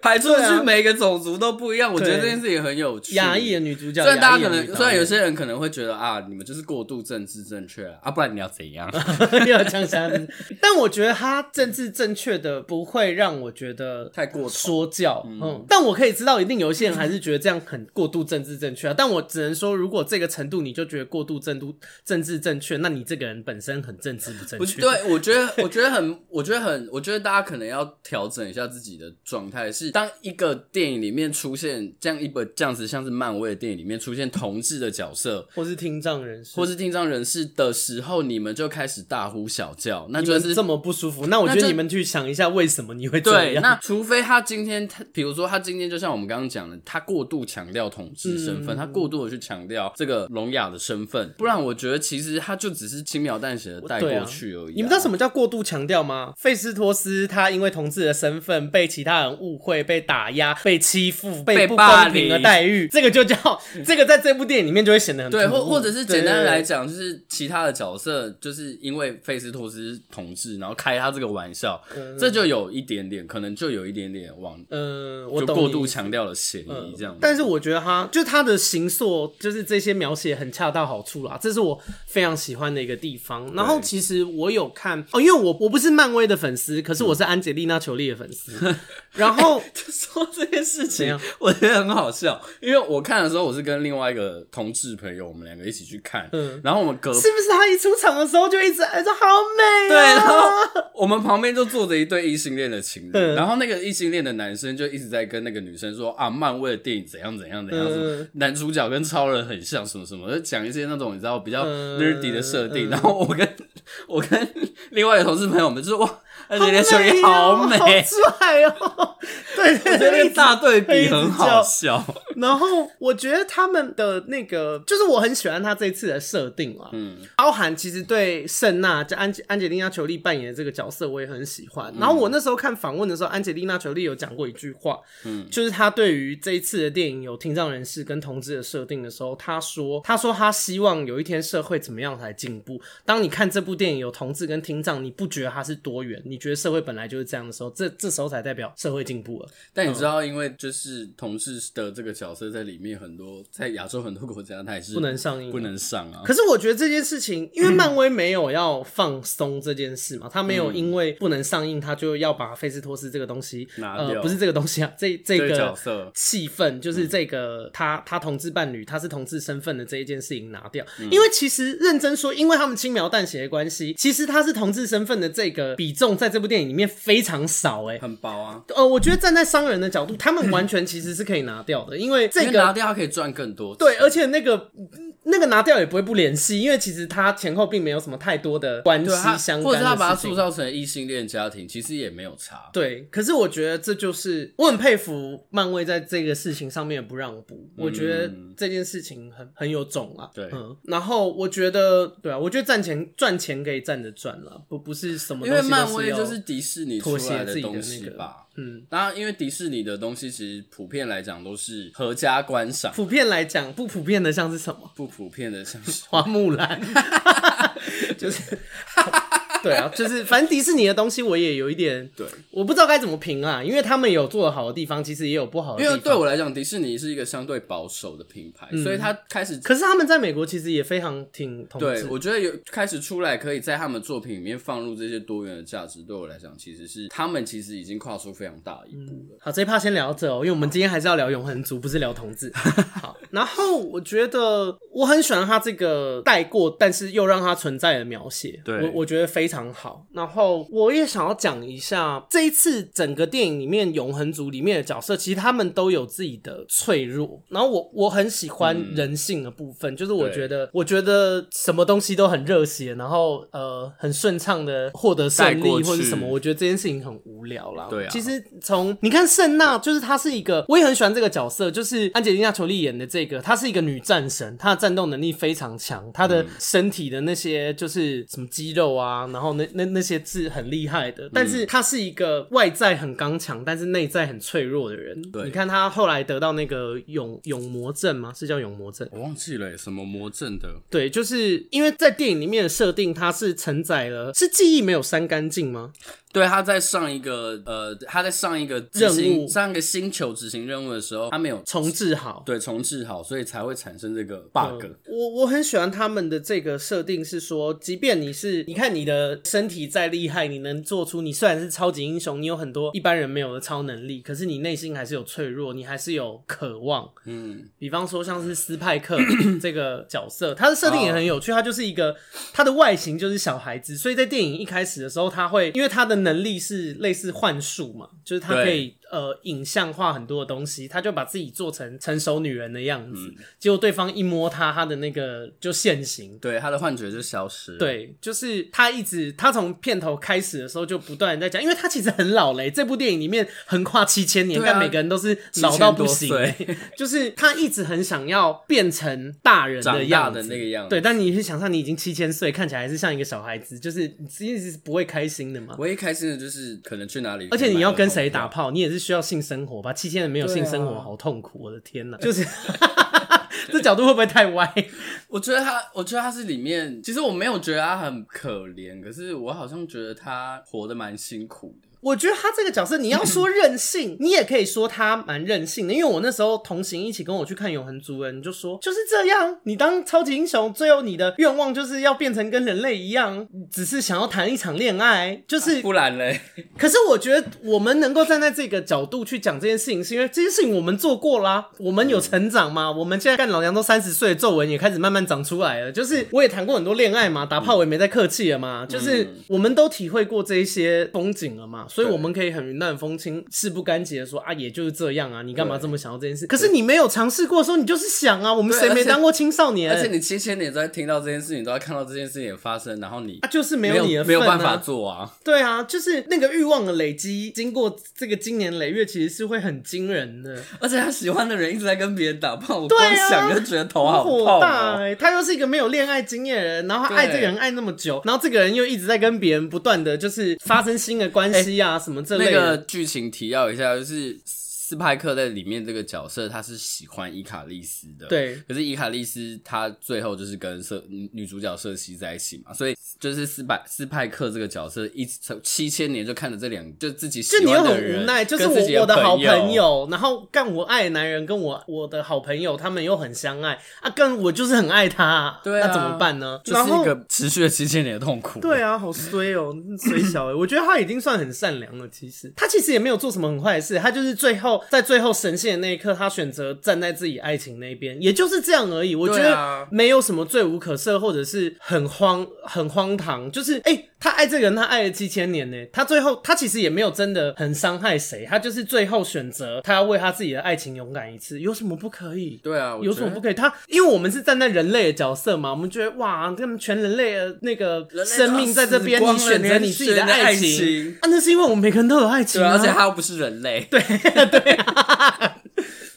排出
对啊
去每个种族都不一样。我觉得
对
这件事也很有趣。
亚裔的女主角，
虽然大
亚裔
家
的
可
女
能，
导
虽然有
演
些人可能会觉得啊，你们就是过度政治正确啊，啊不然你要怎样？
没有枪杀，但我觉得他政治正确的不会让我觉得
太过头
说教，嗯但我可以知道，一定有一些人还是觉得这样很过度政治正确啊。但我只能说，如果这个程度你就觉得过度政度政治正确，那你这个人本身很政治不正
我
确。
对，我觉得，我觉得很，我觉得很，我觉得大家可能要调整一下自己的状态。是当一个电影里面出现这样一本这样子，像是漫威的电影里面出现同志的角色，
或是听障人士，
或是听障人士的时候，你们就开始大呼小叫，那
你
就
们
是
这么不舒服，那我觉
那
得
就
你们去想一下，为什么你会这
对，
样？啊
那除非他今天，他比如说他今天就像我们刚刚讲的，他过度强调统治身份，
嗯
他过度的去强调这个聋哑的身份，不然我觉得其实他就只是轻描淡写的带
对啊
过去而已、
你们知道
么？
什么叫过度强调吗？费斯托斯他因为同志的身份被其他人误会、被打压、被欺负、
被
不
霸
公平
凌
的待遇，这个就叫这个在这部电影里面就会显得很
对，
突
或
兀
或者是简单的来
对
讲，就是其他的角色，就是因为费斯托斯同志，然后开他这个玩笑，这就有一点点，可能就有一点点往
嗯，我
就
懂
过
你
度
意思嗯
强调了嫌疑这样子。
但是我觉得他就他的形塑，就是这些描写很恰到好处啦，这是我非常喜欢的一个地方。然后其实我有看哦，因为我我不是漫威的粉丝，可是我是安吉丽娜·裘丽的粉 丝。然后
说这 件事
怎
情
样，
我觉得很好笑，因为我看的时候，我是跟另外一个同志朋友，我们两个一起去看，
嗯
然后我们隔
是不是他一出场的时候就一直哎说好美、啊？
对，然后我们旁边就坐着一对异性恋的情侣，
嗯
然后那个异性恋的男生就一直在跟那个女生说啊，漫威的电影怎样怎样怎样，
嗯
什么男主角跟超人很像，什么什么，就讲一些那种你知道比较
嗯
nerdy 的设定。
嗯
然后我跟 我跟另外的同事朋友们就说哇，而且那球 衣
好
好
美
美，
哦，好帅哦！对 对
我觉得 那
对，
个大对比很好
一直
笑。
然后我觉得他们的那个，就是我很喜欢他这次的设定啊，
嗯，
包含其实对圣娜，就安吉安吉丽娜·裘丽扮演的这个角色，我也很喜欢。
嗯
然后我那时候看访问的时候，安吉丽娜·裘丽有讲过一句话，
嗯，
就是她对于这一次的电影有听障人士跟同志的设定的时候，她说，她说她希望有一天社会怎么样才进步。当你看这部电影有同志跟听障，你不觉得它是多元，你觉得社会本来就是这样的时候，这这时候才代表社会进步了。
但你知道，因为就是同志的这个角色在里面很多，在亚洲很多国家，他也是
不能上映
不能上啊。
可是我觉得这件事情，因为漫威没有要放松这件事
嗯
嘛，他没有因为不能上映，他就要把菲斯托斯这个东西
拿
呃，
掉
不是这个东西啊，这这
这个角
个
色嗯
气氛，就是这个他他同志伴侣，他是同志身份的这一件事情拿掉，
嗯
因为其实认真说，因为他们轻描淡写的关系，其实他是同志身份的这个比重在这部电影里面非常少、欸，
很薄啊，
呃，我觉得站在商人的角度，他们完全其实是可以拿掉的，因为这
因为
个
拿掉他可以赚更多钱。
对，而且那个嗯那个拿掉也不会不联系，因为其实他前后并没有什么太多的关系
对他
相干的事情，
或者是他把它塑造成异性恋家庭，其实也没有差。
对，可是我觉得这就是我很佩服漫威在这个事情上面不让步，我觉得这件事情很很有种啊。
对
嗯，然后我觉得，对啊，我觉得赚钱赚钱可以站着赚了，不不是什么
因
东西
为
都
漫威
要
就是迪士尼出
妥协
来
自己的
东
那
西
个
吧。
嗯。
当然，因为迪士尼的东西其实普遍来讲都是合家观赏，
普遍来讲，不普遍的像是什么？
不普遍的像 是
花木兰，就是， 对啊，就是，反正迪士尼的东西我也有一点
对。
我不知道该怎么评啊，因为他们有做的好的地方，其实也有不好的
因为
地
对
方。
我来讲，迪士尼是一个相对保守的品牌，所
嗯
以他开始
可是他们在美国其实也非常挺同
对
志，
我觉得有开始出来，可以在他们作品里面放入这些多元的价值，对我来讲，其实是他们其实已经跨出非常大一步了。
好，这一趴先聊到这哦，因为我们今天还是要聊永恒族，不是聊同 志。好，然后我觉得我很喜欢他这个带过，但是又让它存在的描写，
对
我我觉得非常好。然后我也想要讲一下这一次整个电影里面永恒族里面的角色，其实他们都有自己的脆弱。然后我我很喜欢人性的部分，就是我
嗯对
觉得我觉得什么东西都很热血，然后呃很顺畅的获得胜
带过
利
去
或者什么，我觉得这件事情很无聊啦。
对啊
其实从你看圣娜，就是她是一个，我也很喜欢这个角色，就是安吉丽娜·裘丽演的这个，她是一个女战神，她的战斗能力非常强，她的身体的那些就是什么肌肉啊，然后那那那些是很厉害的，但是她是一个外在很刚强，但是内在很脆弱的人。
对
你看她后来得到那个永永魔症吗？是叫永魔症？
我忘记了欸什么魔症的，
对，就是因为在电影里面的设定，它是承载了是记忆没有删干净吗？
对，他在上一个呃，他在上一个执
任
行
务
上一个星球执行任务的时候，他没有
重置好。
对重置好，所以才会产生这个 bug。
嗯我我很喜欢他们的这个设定，是说，即便你是你看你的身体再厉害，你能做出你虽然是超级英雄，你有很多一般人没有的超能力，可是你内心还是有脆弱，你还是有渴望。
嗯，
比方说像是斯派克 这个角色，他的设定也很有趣，他就是一个他的外形就是小孩子，所以在电影一开始的时候，他会因为他的能力是类似幻术嘛，就是他可以呃影像化很多的东西，他就把自己做成成熟女人的样子，
嗯
结果对方一摸他，他的那个就现形。
对，他的幻觉就消失了。
对，就是他一直，他从片头开始的时候就不断地在讲，因为他其实很老嘞、这部电影里面横跨七千年，
对啊
但每个人都是
7000
老到不
多
行、
岁
欸 就是他一直很想要变成大人
长
的
大
样
的
子，
那个样子
对，但你去想象你已经七千岁，看起来还是像一个小孩子，就是你其实是不会开心的嘛。
唯一开心的就是可能去哪里，
而且你要跟谁
买
打
了
炮，你也是需要性生活吧？七千人没有
对啊
性生活，好痛苦！我的天 哪，就是 这角度会不会太歪？
头票？我觉得他，我觉得他是里面，其实我没有觉得他很可怜，可是我好像觉得他活得蛮辛苦的。
我觉得他这个角色，你要说任 性，你也可以说他蛮任性的。因为我那时候同行一起跟我去看《永恒族人》，你就说就是这样，你当超级英雄，最后你的愿望就是要变成跟人类一样，只是想要谈一场恋爱。就是，
不 然嘞，
可是我觉得我们能够站在这个角度去讲这件事情，是因为这件事情我们做过啦，我们有成长嘛。
嗯
我们现在干老娘都三十岁，皱纹也开始慢慢长出来了。就是我也谈过很多恋爱嘛，打炮我也没在客气了
嗯
嘛。就是我们都体会过这一些风景了嘛，所以
对
我们可以很云淡风轻、事不干结的说啊，也就是这样啊，你干嘛
对
这么想要这件事？可是你没有尝试过的时候，你就是想啊，我们
对
谁
而
没
且
当过青少年？
而且你七千年都在听到这件事情，都在看到这件事情的发生，然后你
啊，就是没
没
你的
有
份、啊、
有办法做啊。
对啊，就是那个欲望的累积，经过这个经年累月，其实是会很惊人的，
而且他喜欢的人一直在跟别人打炮，我
对啊
光想就觉得头好
很
痛、
火大
哦。
哎、他又是一个没有恋爱经验的人，然后他
对
爱这个人爱那么久，然后这个人又一直在跟别人不断的就是发生新的关系啊、什么这类
哎那个
的。
剧情提要一下，就是斯派克在里面这个角色，他是喜欢伊卡丽斯的。。
对，
可是伊卡丽斯她最后就是跟瑟女女主角瑟西在一起嘛，所以就是斯派斯派克这个角色一直从七千年就看着这两就自己
就
喜
你又
欢
很
的人，
无奈，就是
跟自己
我我的好
朋
朋，友，然后干我爱的男人跟我我的好朋友，他们又很相爱啊，干我就是很爱他啊，
对啊
那怎么办呢？
就
然
是一
后
个持续了七千年的痛苦。
对啊，好衰哦、衰小哎、我觉得他已经算很善良了。其实 他其实也没有做什么很坏的事，他就是最后在最后神仙的那一刻，他选择站在自己爱情那边，也就是这样而已。我觉
对
得
啊
没有什么罪无可赦，或者是很荒很荒唐。就是哎、欸他爱这个人，他爱了七千年呢、他最后他其实也没有真的很伤害谁，他就是最后选择他要为他自己的爱情勇敢一次，有什么不可以？
对啊，我
有
觉
什么
得
不可以？他因为我们是站在人类的角色嘛，我们觉得哇，他们全人类的那个
人类
生命在这边，
都要
你
死光
选
了
择
你
你自己的
选择爱
情
情
啊，那是因为我们每个人都有爱情、
对
啊，
啊，而且他又不是人类，对，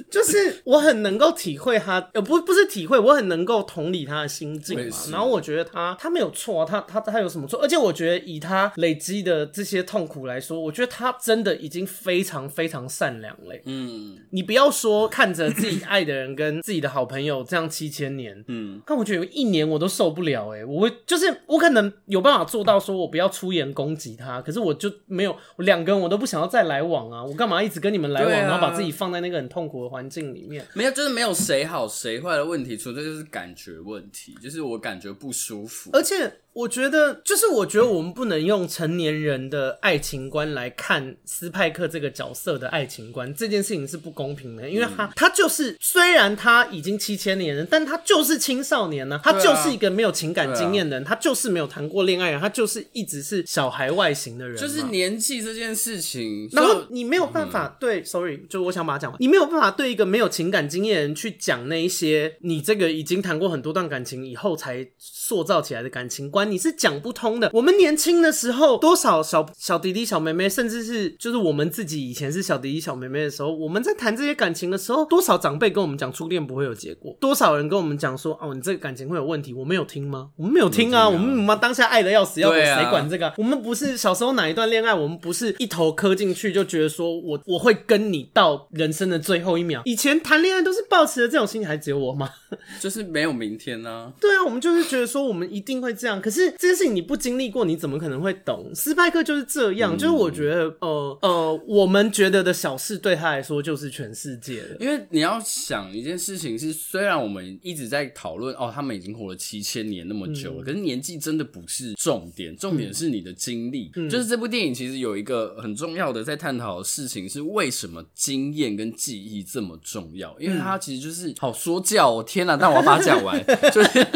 就是我很能够体会他，呃，不不是体会，我很能够同理他的心境
我也
嘛。
是
然后我觉得他他没有错、啊，他他他有什么错？而且我觉得以他累积的这些痛苦来说，我觉得他真的已经非常非常善良欸嘞、
嗯
你不要说看着自己爱的人跟自己的好朋友这样七千年，
嗯，
但我觉得有一年我都受不了哎、我会就是我可能有办法做到说我不要出言攻击他，可是我就没有，我两个人我都不想要再来往啊，我干嘛一直跟你们来往，
对啊
然后把自己放在那个很痛苦的环境里面？
没有，就是没有谁好谁坏的问题，纯粹就是感觉问题，就是我感觉不舒服。
而且我觉得，就是我觉得我们不能用成年人的爱情观来看斯派克这个角色的爱情观，这件事情是不公平的，因为
嗯
他、他就是虽然他已经七千年了，但他就是青少年呢、他
对啊啊
就是一个没有情感经验的人，他就是没有谈过恋爱的人，他就是一直是小孩外形的人嘛，
就是年纪这件事情，
然后
就
你没有办
嗯
法、对，sorry，就我想把它讲完。你没有办法对一个没有情感经验的人去讲那一些你这个已经谈过很多段感情以后才塑造起来的感情观，观，你是讲不通的。我们年轻的时候，多少小小弟弟、小妹妹，甚至是就是我们自己以前是小弟弟、小妹妹的时候，我们在谈这些感情的时候，多少长辈跟我们讲初恋不会有结果，多少人跟我们讲说哦，你这个感情会有问题，我没有听吗？我们没有听啊，
没
我
有听啊
们我们当下爱的要死要活，
对
谁
啊
管这个啊、我们不是小时候哪一段恋爱，我们不是一头磕进去就觉得说我我会跟你到人生的最后一秒。以前谈恋爱都是抱持着这种心情，还只有我吗？
就是没有明天呢、
对啊，我们就是觉得说我们一定会这样，可是这件事情你不经历过，你怎么可能会懂？斯派克就是这
嗯
样，就是我觉得，呃呃，我们觉得的小事对他来说就是全世界了。
因为你要想一件事情是，虽然我们一直在讨论哦，他们已经活了七千年那么久了，可是年纪真的不是重点，重点是你的经历。就是这部电影其实有一个很重要的在探讨的事情是，为什么经验跟记忆这么重要？因为它其实就是好说教、哦，天哪！但我要把它讲完，就是。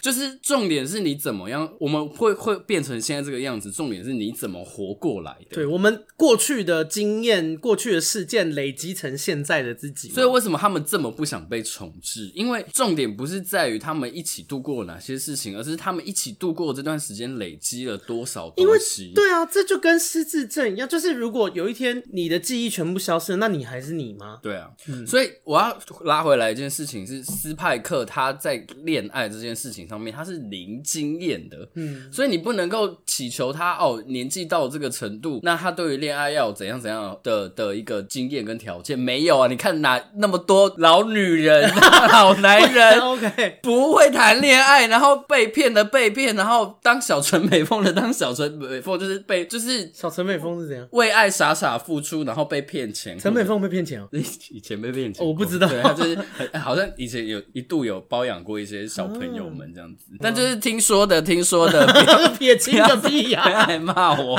就是重点是你怎么样，我们会会变成现在这个样子。重点是你怎么活过来的。
对我们过去的经验、过去的事件累积成现在的自己嘛，
所以为什么他们这么不想被重置？因为重点不是在于他们一起度过了哪些事情，而是他们一起度过这段时间累积了多少
因为
东西。
对啊，这就跟失智症一样，就是如果有一天你的记忆全部消失了，那你还是你吗？，
对啊，所以我要拉回来一件事情是，斯派克他在恋爱这件事情上面他是零经验的，嗯，所以你不能够祈求他哦，年纪到这个程度，那他对于恋爱要有怎样怎样的的一个经验跟条件没有啊？你看哪那么多老女人、 老男人
OK，
不会谈恋爱，然后被骗的被骗，然后当小纯美凤的当小纯美凤，就是被就是
小陈美凤是怎样？
为爱傻傻付出，然后被骗钱。
陈美凤被骗钱 哦、
以以前被骗钱过，
我不知道
对他就是很好像以前有一度有包养过一些小朋友们这样子，但就是听说的，听说 的，不要
撇清 个屁呀、
不要来骂我。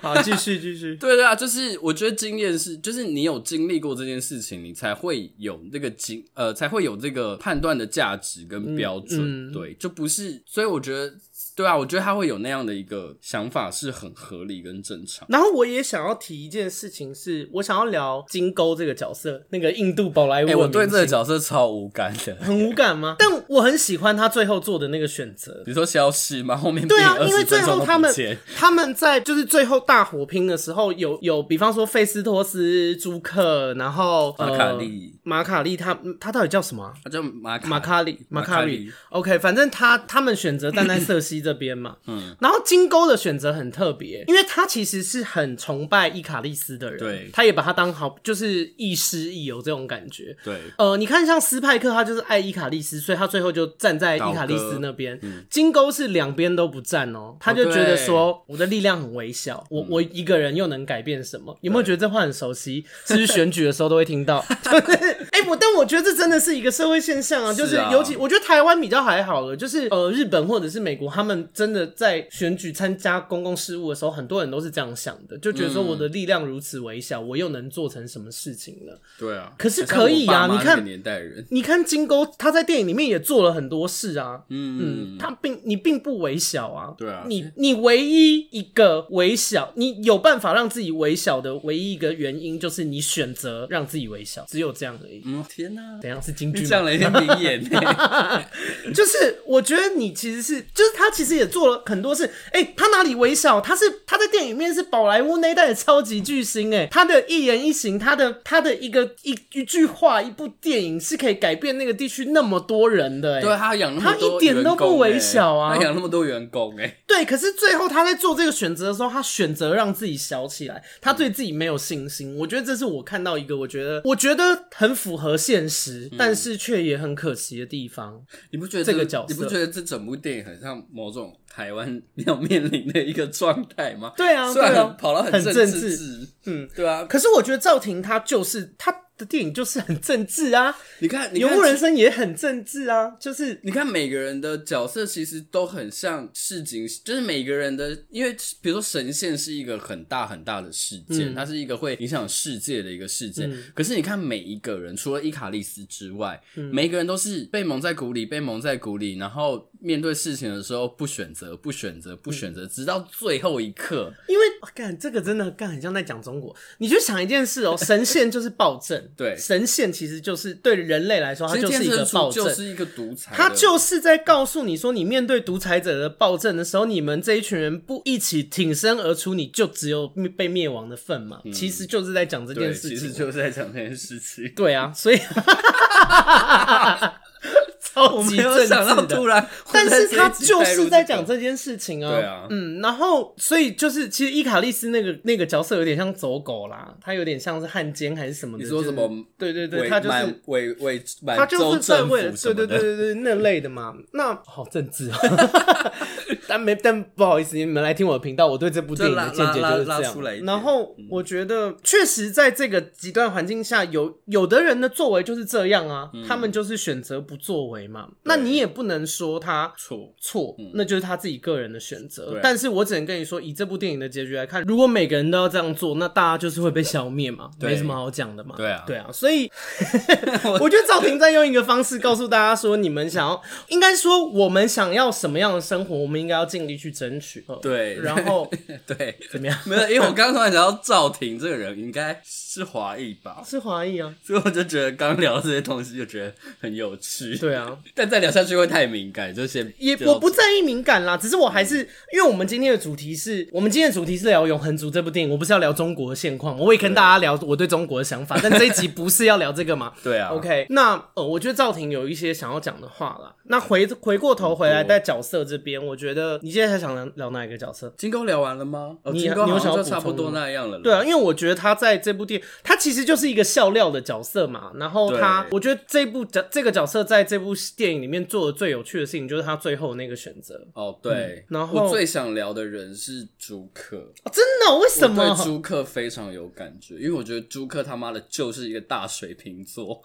好，继续继续。
对对啊，就是我觉得经验是，就是你有经历过这件事情，你才会有那个经呃，才会有这个判断的价值跟标准。
嗯嗯
对，就不是，所以我觉得，对啊，我觉得他会有那样的一个想法是很合理跟正常。
然后我也想要提一件事情是，我想要聊金钩这个角色，那个印度宝莱坞的
哎、
明星、
我对这个角色超无感的。
很无感吗？但我很喜欢他最后做的那个选择。
你说消失吗？后面
对啊
变，
因为
20
最
分钟
后
都
他
不
们
见
他们在就是最后大火拼的时候，有有比方说费斯托斯、朱克，然后
马卡利
呃、马卡利他他到底叫什么啊、
他叫马卡
马卡里，马卡
卡
里
里
，OK，反正他他们选择站在瑟西 这边嘛，嗯，然后金钩的选择很特别，因为他其实是很崇拜伊卡利斯的人，
对
他也把他当好，就是亦师亦友这种感觉。
对，
呃，你看像斯派克，他就是爱伊卡利斯，所以他最后就站在伊卡利斯那边。金钩是两边都不站嗯哦，嗯他就觉得说我的力量很微小，我我一个人又能改变什么？有没有觉得这话很熟悉？是不是选举的时候都会听 到？哎、我但我觉得这真的是一个社会现象啊，就是
是啊
尤其我觉得台湾比较还好了，就是呃日本或者是美国，他们真的在选举参加公共事务的时候，很多人都是这样想的，就觉得说我的力量如此微小，我又能做成什么事情呢？
对啊。
可是
像
可以
我爸
啊
妈
你看
那个年代人，
你看金钩，他在电影里面也做了很多事啊，嗯，
嗯，
他并你并不微小啊，
对啊
你你唯一一个微小，你有办法让自己微小的唯一一个原因，就是你选择让自己微小，只有这样而已。
嗯，天哪、
怎样是京剧
你
吗？
讲了一些名言呢、
就是我觉得你其实是，就是他其实也做了很多事。哎、他哪里微小？他是他在电影里面是宝莱坞那一代的超级巨星、哎，他的一言一行，他的他的一个一一句话，一部电影是可以改变那个地区那么多人的、哎，
对他养那么多、
他一点都不微小啊
他养那么多员工哎、
对，可是最后他在做这个选择的时候，他选择让自己小起来，他对自己没有信心。我觉得这是我看到一个，我觉得我觉得很符合现实，
嗯
但是却也很可惜的地方。
你不觉得
这个角色
你不觉得这整部电影很像某种台湾要面临的一个状态吗？
对啊
虽然
对啊
很跑到
很
政
政治
治制，嗯，对啊。
可是我觉得赵婷她就是她的电影就是很政治啊，
你看，
《
你
游
看
牧人生》也很政治啊，就是
你看每个人的角色其实都很像市井，就是每个人的，因为比如说神仙是一个很大很大的事
嗯
件，它是一个会影响世界的一个事件。可是你看每一个人，除了伊卡利斯之外，
嗯
每一个人都是被蒙在鼓里，被蒙在鼓里，然后面对事情的时候不选择，不选择，不选择，
嗯
直到最后一刻。
因为哦干、这个真的干很像在讲中国。你就想一件事哦，神仙就是暴政，神。
对
神仙其实就是对人类来说，它
其实
哦就是
天
一个
神
暴
族
政，
就是一个独裁的，
他就是在告诉你说，你面对独裁者的暴政的时候，你们这一群人不一起挺身而出，你就只有被灭亡的份嘛。其实就是在讲这件
对，
事
其
情
实
嘛。
就是在讲这件事情。
对啊，所以超
我
级
没
政
有
治
想到
的
突。然会
但
在这一
是
集带入这个，
他就是在讲这件事情啊，
对啊
嗯，然后所以就是，其实伊卡利斯那个那个角色有点像走狗啦，他有点像是汉奸还是什么的。
你说
就
什
是
么？
对对对，
伪
他就是
满伪伪
他
满
就
洲
是在
政
为了
府
对
什
对
么
对
的，
对对那类的嘛。 那好政治哦， 但没但不好意思，你们来听我的频道，我对这部电影的
就
见
拉
解
拉
就是
拉
这
出来一
样。
点嗯
然后我觉得确实在这个极端环境下，有有的人的作为就是这样啊，
嗯
他们就是选择不作为嘛。那你也不能说他
错，
错，那就是他自己个人的选择
嗯对。
但是我只能跟你说，以这部电影的结局来看，如果每个人都要这样做，那大家就是会被消灭嘛，
对
没什么好讲的嘛。
对啊
对啊，所 以我觉得赵婷在用一个方式告诉大家说，你们想要，应该说我们想要什么样的生活，我们应该要尽力去争取。呃
对
然后
对，
怎么样？
没有，因为我刚刚突然想到赵婷这个人应该是华裔吧，
是华裔啊，
所以我就觉得刚聊这些东西就觉得很有趣。
对啊，
但再聊下去会太敏感，就先
也
就
我不在意敏感啦，只是我还是因为我们今天的主题是我们今天的主题是聊《永恒族》这部电影，我不是要聊中国的现况，我也跟大家聊我对中国的想 法，但这一集不是要聊这个嘛？
对啊
OK，那呃，我觉得赵婷有一些想要讲的话啦。那回回过头回来在角色这边，我觉得你现在还想聊聊哪一个角色？
金钩聊完了吗？哦，
你
金钩
你有
好
想要
像就
补
差不
充的
多
吗
那样了啦。
对啊，因为我觉得他在这部电影，他其实就是一个笑料的角色嘛。然后他，
对
我觉得这部角这个角色在这部电影里面做的最有趣的事情，就是他最后那个选择。
哦，对，
嗯然后
我最想聊的人是朱 克，
哦、真的哦、为什么
我？对朱克非常有感觉，因为我觉得朱克他妈的就是一个大水瓶座，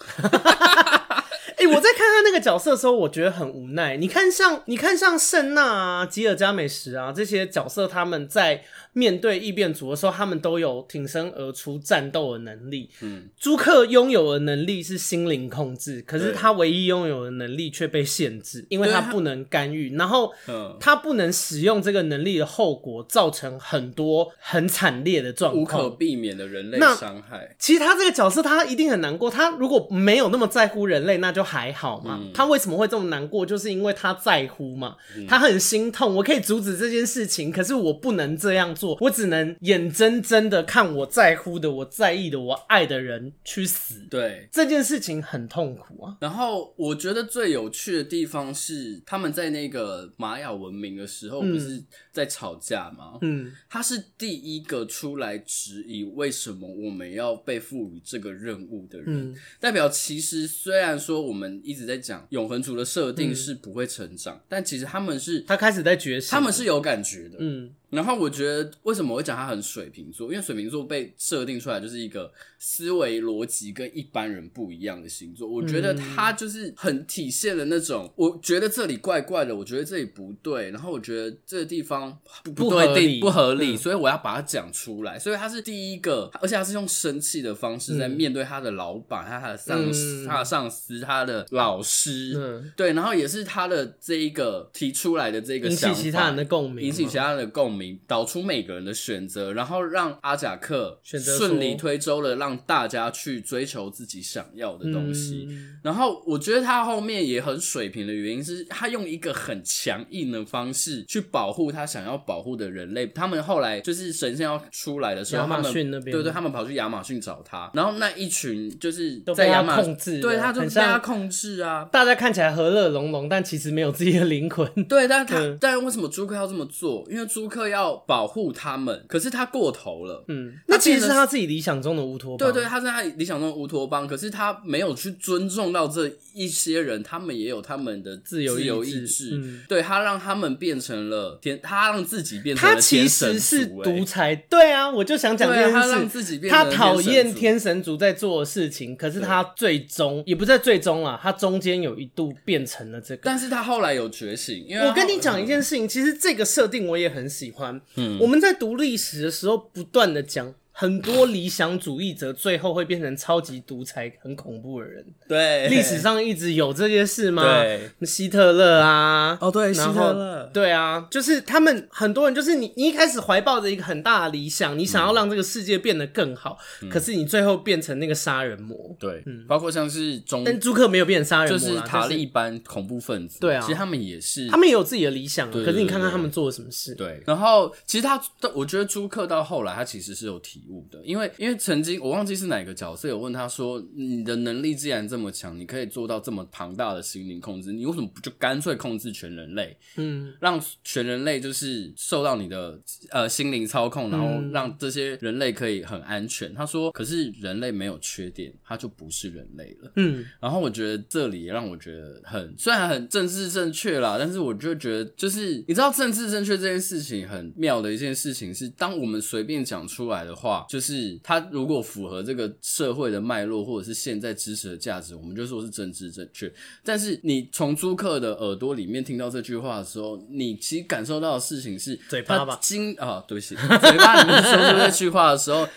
哎、我在看他那个角色的时候，我觉得很无奈。你看像你看像圣娜啊、吉尔加美什啊这些角色，他们在面对异变族的时候，他们都有挺身而出战斗的能力。嗯，朱克拥有的能力是心灵控制，可是
对
他唯一拥有的能力却被限制，因为
对
他
他
不能干预，然后
嗯，
他不能使用这个能力的后果，造成很多很惨烈的状
无可
况。
避免的人类
那
伤害。
其实他这个角色，他一定很难过。他如果没有那么在乎人类，那就还好嘛。
嗯
他为什么会这么难过？就是因为他在乎嘛，他很心痛。我可以阻止这件事情，可是我不能这样做，我只能眼睁睁的看我在乎的、我在意的、我爱的人去死。
对，
这件事情很痛苦啊。
然后我觉得最有趣的地方是，他们在那个玛雅文明的时候，
嗯
不是在吵架吗？
嗯，
他是第一个出来质疑为什么我们要被赋予这个任务的人，
嗯
代表其实虽然说我们一直在讲永恒族的设定是不会成长，但其实他们是
嗯他开始在觉醒。
他们，是有感觉的。
嗯
然后我觉得为什么我会讲他很水瓶座，因为水瓶座被设定出来就是一个思维逻辑跟一般人不一样的星
嗯
座。我觉得他就是很体现了那种，我觉得这里怪怪的，我觉得这里不对，然后我觉得这个地方不
不
对
合
地
理嗯
不合理，所以我要把它讲出来。所以他是第一个，而且他是用生气的方式在面对他的老板、他的上司、
嗯
他的上司、他的老师。
嗯，
对，然后也是他的这一个提出来的这个
引
想
起
法，
其他人的共鸣嘛，
引起其他人的共鸣，导出每个人的选择，然后让阿贾克
选择
顺
说
理推舟的让大家去追求自己想要的东西。
嗯
然后我觉得他后面也很水平的原因是，他用一个很强硬的方式去保护他想要保护的人类。他们后来就是神仙要出来的时候，
亚马逊
他们
那边
对
吗
对，他们跑去亚马逊找他，然后那一群就是
都被
在
他
亚马
控制了
对，他就
很
被
像
他控制啊。
大家看起来和乐融融，但其实没有自己的灵魂。
对，但是
嗯
他，但是为什么朱克要这么做？因为朱克要保护他们，可是他过头了。
嗯，那
他
其
变
实是
成
他自己理想中的乌托邦。
对对，他是他理想中的乌托邦，可是他没有去尊重到这一些人，他们也有他们的
自由
自
意
由
志
意志。
嗯
对他让他们变成了天，他让自己变成
他
了
其
天神
实是
族、欸
独裁，对啊，我就想讲这
对啊他
件
让
事。
自己变成
他
了
讨厌
族
天神族在做的事情，可是他最终也不在最终啊，他中间有一度变成了这个。
但是他后来有觉醒，因为他嗯
我跟你讲一件事情，其实这个设定我也很喜欢。嗯，我们在读历史的时候，不断的讲很多理想主义者最后会变成超级独裁、很恐怖的人。
对，
历史上一直有这些事吗？
对，
希特勒啊，
哦对，希
然后
特勒，
对啊，就是他们很多人，就是你，你一开始怀抱着一个很大的理想，你想要让这个世界变得更好，
嗯
可是你最后变成那个杀人魔。
对，包括像是中，
嗯但朱克没有变成杀人魔
就
啦，
是塔
但
利班恐怖分子，
对啊
其实他们也是，
他们也有自己的理想啊，
对
可是你看看
对对
他们做了什么事。
对，然后其实他，我觉得朱克到后来他其实是有体悟的，因为因为曾经我忘记是哪个角色有问他说，你的能力既然这么强，你可以做到这么庞大的心灵控制，你为什么不就干脆控制全人类，
嗯，
让全人类就是受到你的呃心灵操控，然后让这些人类可以很安全？他说，可是人类没有缺点，他就不是人类了。
嗯，
然后我觉得这里让我觉得很虽然很政治正确啦，但是我就觉得就是你知道政治正确这件事情很妙的一件事情是，当我们随便讲出来的话，就是它如果符合这个社会的脉络或者是现在支持的价值，我们就说是政治正确。但是你从租客的耳朵里面听到这句话的时候，你其实感受到的事情是
嘴巴
他
吧
经啊，对不起，嘴巴里面说出这句话的时候，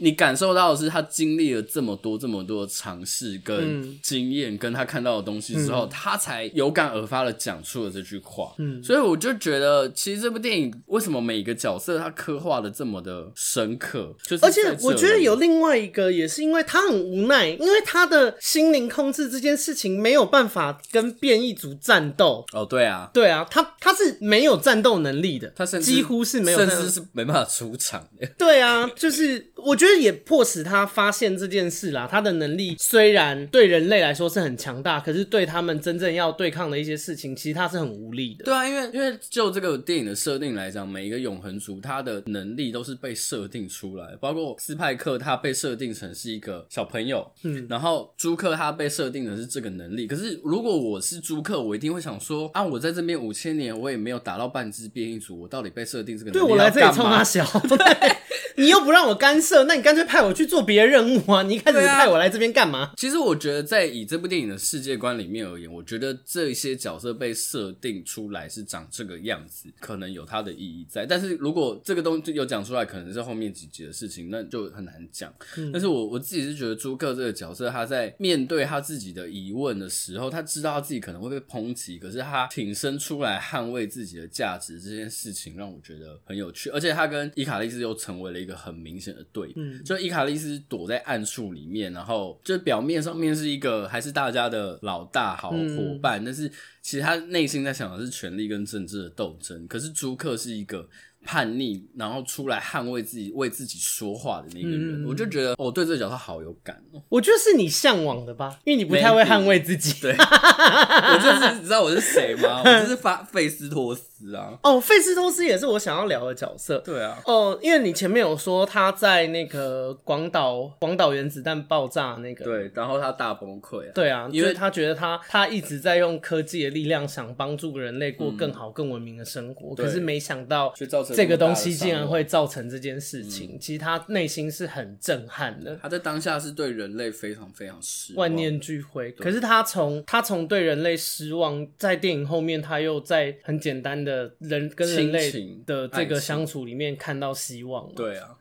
你感受到的是他经历了这么多、这么多的尝试
嗯
跟经验，跟他看到的东西之后，他才有感而发的讲出了这句话。嗯，所以我就觉得，其实这部电影为什么每一个角色他刻画的这么的深刻，就是
而且
在这
我觉得
里
有另外一个，也是因为他很无奈，因为他的心灵控制这件事情没有办法跟变异族战斗。
哦，对啊，
对啊，他他是没有战斗能力的，
他甚至
几乎是没有战
甚
斗能力，
至是没办法出场的。
对啊，就是我觉得也迫使他发现这件事啦。他的能力虽然对人类来说是很强大，可是对他们真正要对抗的一些事情，其实他是很无力的。
对啊，因为因为就这个电影的设定来讲，每一个永恒族他的能力都是被设定出来的，包括斯派克他被设定成是一个小朋友，嗯，然后朱克他被设定的是这个能力。可是如果我是朱克，我一定会想说啊，我在这边五千年，我也没有打到半只变异族，我到底被设定这个能
对
力
我来这
要
里
干
冲
嘛
他小， 对你又不让我干涉，那你干脆派我去做别的任务啊！你一开始
对啊
派我来这边干嘛？
其实我觉得，在以这部电影的世界观里面而言，我觉得这些角色被设定出来是长这个样子，可能有它的意义在。但是如果这个东西有讲出来，可能是后面几集的事情，那就很难讲。但是我我自己是觉得朱克这个角色，他在面对他自己的疑问的时候，他知道他自己可能会被抨击，可是他挺身出来捍卫自己的价值这件事情，让我觉得很有趣。而且他跟伊卡利斯又成为了一个很明显的对比。
嗯
就伊卡利斯躲在暗处里面，然后就表面上面是一个还是大家的老大好伙伴，但是其实他内心在想的是权力跟政治的斗争。可是朱克是一个叛逆，然后出来捍卫自己、为自己说话的那个人，
嗯
我就觉得我、哦、对这个角色好有感 哦。
我觉得是你向往的吧，因为你不太会
Maybe
捍卫自己。
对， 我就是你知道我是谁吗？我就是发费斯托斯啊。
哦，费斯托斯也是我想要聊的角色。
对啊，
哦，因为你前面有说他在那个广岛广岛原子弹爆炸那个，
对，然后他大崩溃啊。
对啊，
因
因
为
为他觉得他他一直在用科技的力量想帮助人类过更好、更文明的生活，
对
可是没想到
却造成
这个
那么大的
东西竟然
伤
会造成这件事情，其实他内心是很震撼的。
他在当下是对人类非常非常失望
万念俱灰。可是他从他从对人类失望，在电影后面，他又在很简单的人跟人
亲
类
情
的这
爱
个
情
相处里面看到希望嘛。
对啊，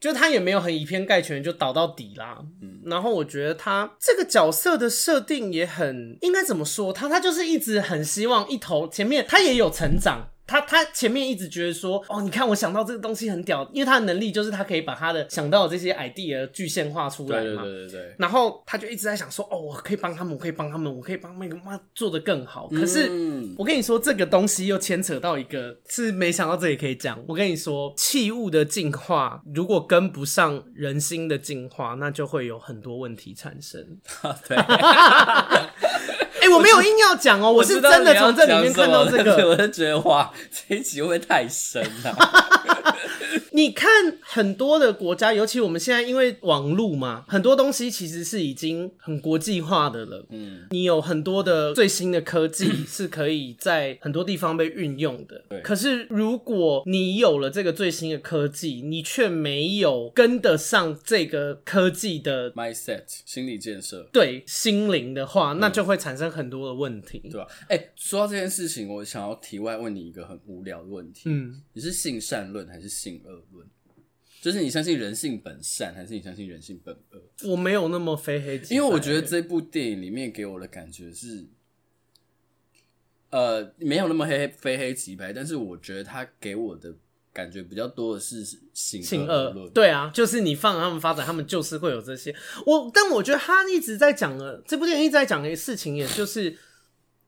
就他也没有很以偏概全，就倒到底啦。
嗯
然后我觉得他这个角色的设定也很，应该怎么说？他他就是一直很希望一头前面他也有成长。他他前面一直觉得说，哦，你看我想到这个东西很屌，因为他的能力就是他可以把他的想到的这些 idea 具现化出来嘛。
对对对对对。
然后他就一直在想说，哦，我可以帮他们，我可以帮他们，我可以帮那个妈做的更好。可是、
嗯
我跟你说，这个东西又牵扯到一个，是没想到这里可以讲。我跟你说，器物的进化如果跟不上人心的进化，那就会有很多问题产生。
啊对，
哎、我没有硬要讲 哦、我是
知道
真的
你要
从这里面看到
讲
这
什么但是
个。
我就觉得哇，这一集会不会太深了、啊？
你看很多的国家，尤其我们现在因为网络嘛，很多东西其实是已经很国际化的了。
嗯，
你有很多的最新的科 技是可以在很多地方被运用的。
对
可是如果你有了这个最新的科技，你却没有跟得上这个科技的
mindset 心理建设，
对心灵的话，那就会产生很多的问题。
嗯对吧、哎、说到这件事情，我想要题外问你一个很无聊的问题：
嗯，
你是性善论还是性恶论？就是你相信人性本善，还是你相信人性本恶？
我没有那么非黑即白，
因为我觉得这部电影里面给我的感觉是，呃，没有那么黑黑非黑即白，但是我觉得他给我的感觉比较多的是性
性
恶
恶
论，，
对啊，就是你放他们发展，他们就是会有这些。我，但我觉得他一直在讲的，这部电影一直在讲的事情，也就是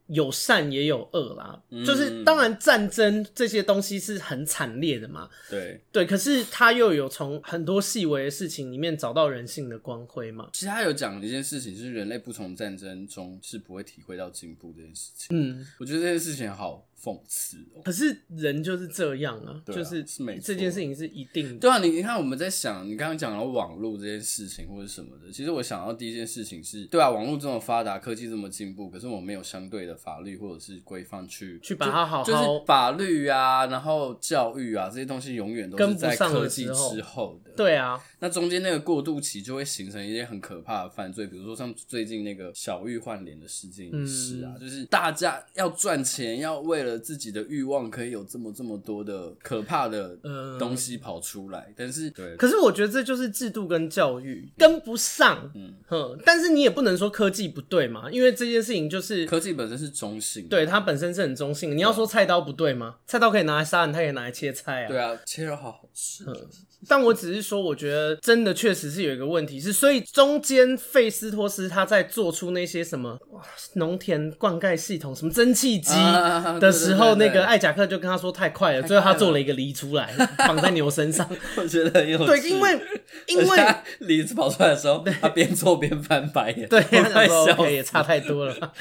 有善也有恶啦。
嗯
就是当然战争这些东西是很惨烈的嘛，
对。
对。可是他又有从很多细微的事情里面找到人性的光辉嘛。
其实他有讲一件事情，是人类不从战争中是不会体会到进步这件事情。
嗯，
我觉得这件事情好讽刺哦、
可是人就是这样啊，
对啊
就是
是没错
这件事情是一定的。
对啊，你你看我们在想，你刚刚讲到网络这件事情或者什么的，其实我想到第一件事情是，对啊，网络这么发达，科技这么进步，可是我们没有相对的法律或者是规范去
去把它好好
就，就是法律啊，然后教育啊这些东西永远都
跟
是
不
在
上的
科技
时候
之后的。
对啊，
那中间那个过渡期就会形成一些很可怕的犯罪，比如说像最近那个小玉换脸的事件也是
嗯
啊，就是大家要赚钱，要为了自己的欲望可以有这么这么多的可怕的
嗯
东西跑出来，但是对
可是我觉得这就是制度跟教
嗯
育跟不上，嗯哼，但是你也不能说科技不对嘛，因为这件事情就是
科技本身是中性的，
对它本身是很中性的。你要说菜刀不对吗？菜刀可以拿来杀人，它也可以拿来切菜啊。嗯
对啊，切肉好好吃，
但我只是说，我觉得真的确实是有一个问题是，所以中间费斯托斯他在做出那些什么哇农田灌溉系统、什么蒸汽机
啊
的时候，
对对对
那个艾贾克就跟他说太快了，最后他做了一个梨出来，绑在牛 身上。
我觉得很有趣
对，因为 因为
而且他李子跑出来的时候，他边做边翻白眼，
对，
我
他想
快
说
笑
OK 也差太多了 吧。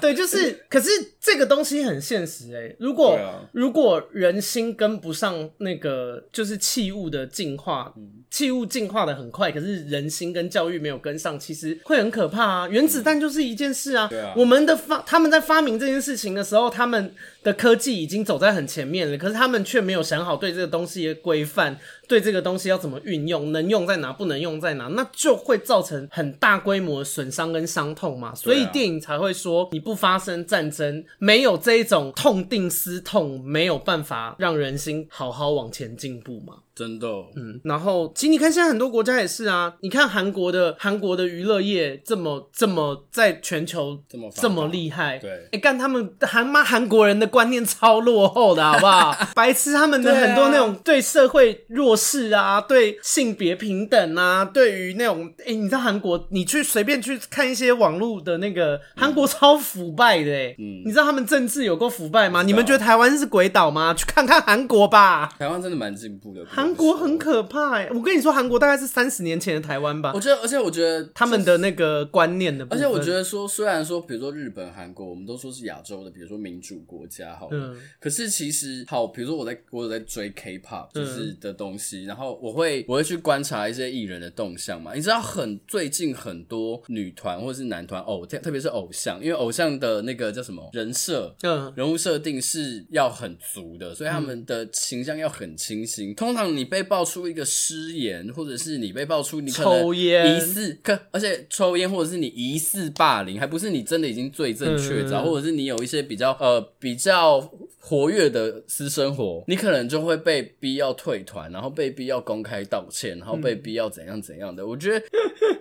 对，就是，可是这个东西很现实哎、如果、
对啊
如果人心跟不上那个就是器物的进化，
嗯
器物进化的很快，可是人心跟教育没有跟上，其实会很可怕啊。原子弹就是一件事啊。
对啊
我们的发他们在发明这件事情的时候，他们的科技已经走在很前面了，可是他们却没有想好对这个东西的规范，对这个东西要怎么运用，能用在哪，不能用在哪，那就会造成很大规模的损伤跟伤痛嘛。所以
对啊
电影才会说，你不发生战争，没有这一种痛定思痛，没有办法让人心好好往前进步嘛。
真的哦，
嗯然后，其实你看现在很多国家也是啊，你看韩国的韩国的娱乐业这么这么在全球
这么发达
这么厉害，
对
哎，干他们韩妈韩国人的观念超落后的好不好？ 白痴他们的很多那种对社会弱势啊，对性别平等啊，对于那种哎，你知道韩国你去随便去看一些网络的那个韩
嗯
国超腐败的哎，你知道他们政治有够腐败吗？你们觉得台湾是鬼岛吗？去看看韩国吧。
台湾真的蛮进步的，
韩国很，可怕哎、我跟你说，韩国大概是三十年前的台湾吧
我，觉得，而且我觉得
他们的那个观念的部
哦而
分，
且我觉得说，虽然说，比如说日本、韩国，我们都说是亚洲的，比如说民主国家好了，
嗯
可是其实好，比如说我在我有在追 K-pop
嗯
就是的东西，然后我会我会去观察一些艺人的动向嘛。你知道很最近很多女团或者是男团偶，特特别是偶像，因为偶像的那个叫什么人设，
嗯，
人物设定是要很足的，所以他们的形象要很清新。通常你被爆出一个失言，或者是你被爆出你可能
抽烟
疑似，可而且抽烟或者是你疑似霸凌，还不是你真的已经罪证确凿，
嗯
或者是你有一些比较呃比较活跃的私生活，你可能就会被逼要退团，然后被逼要公开道歉，然后被
嗯
逼要怎样怎样的。我觉得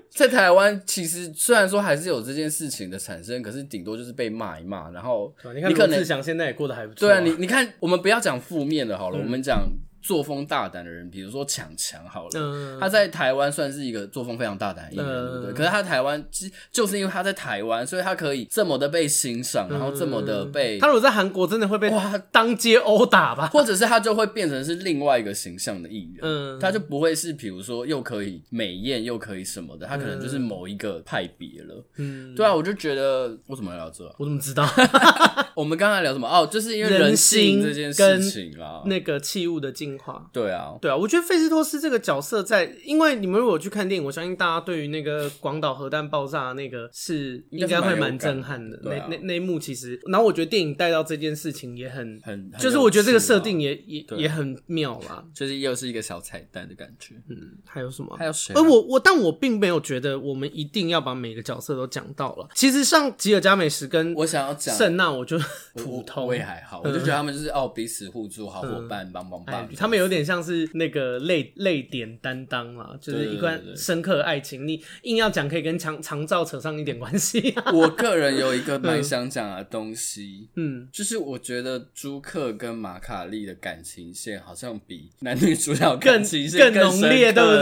在台湾，其实虽然说还是有这件事情的产生，可是顶多就是被骂一骂，然后
对啊你看
可
罗
能
志祥现在也过得还不错、嗯
对啊，你你看，我们不要讲负面的好了，我们讲作风大胆的人，比如说强强好了。
嗯
他在台湾算是一个作风非常大胆的艺人，
嗯
对不对？可是他台湾其就是因为他在台湾，所以他可以这么的被欣赏，然后这么的被
嗯他如果在韩国真的会被
哇
当街殴打吧？
或者是他就会变成是另外一个形象的艺人，
嗯
他就不会是比如说又可以美艳又可以什么的，他可能就是某一个派别了。
嗯，
对啊，我就觉得我怎么聊这啊、
我怎么知道
我们刚才聊什么？哦，就是因为
人
人
心
性这件事
跟
情啦。
那个器物的进化？
对啊，
对啊，我觉得费斯托斯这个角色在，因为你们如果去看电影，我相信大家对于那个广岛核弹爆炸那个是
应该
应
是
该会
蛮有
蛮
感
震撼的。
对啊
那那那一幕其实，然后我觉得电影带到这件事情也很
很很
就是
有
我觉得这个
趣啊
设定也也
对啊
也很妙啦。
就是又是一个小彩蛋的感觉。
嗯，还有什么？
还有谁啊
而我我，但我并没有觉得我们一定要把每个角色都讲到了。其实像吉尔加美什跟
我想要讲
圣娜，我就
我
普通嗯
我也还好，我就觉得他们就是哦彼此互助，好伙伴，帮帮
哎
帮，，
他们有点像是那个泪泪点担当啦，就是一段
对对对
深刻的爱情，你硬要讲可以跟长长照扯上一点关系、啊。
我个人有一个蛮想讲的东西，
嗯，
就是我觉得朱克跟马卡利的感情线好像比男女主角
更
感情线
更浓
深刻
烈，对
对
不？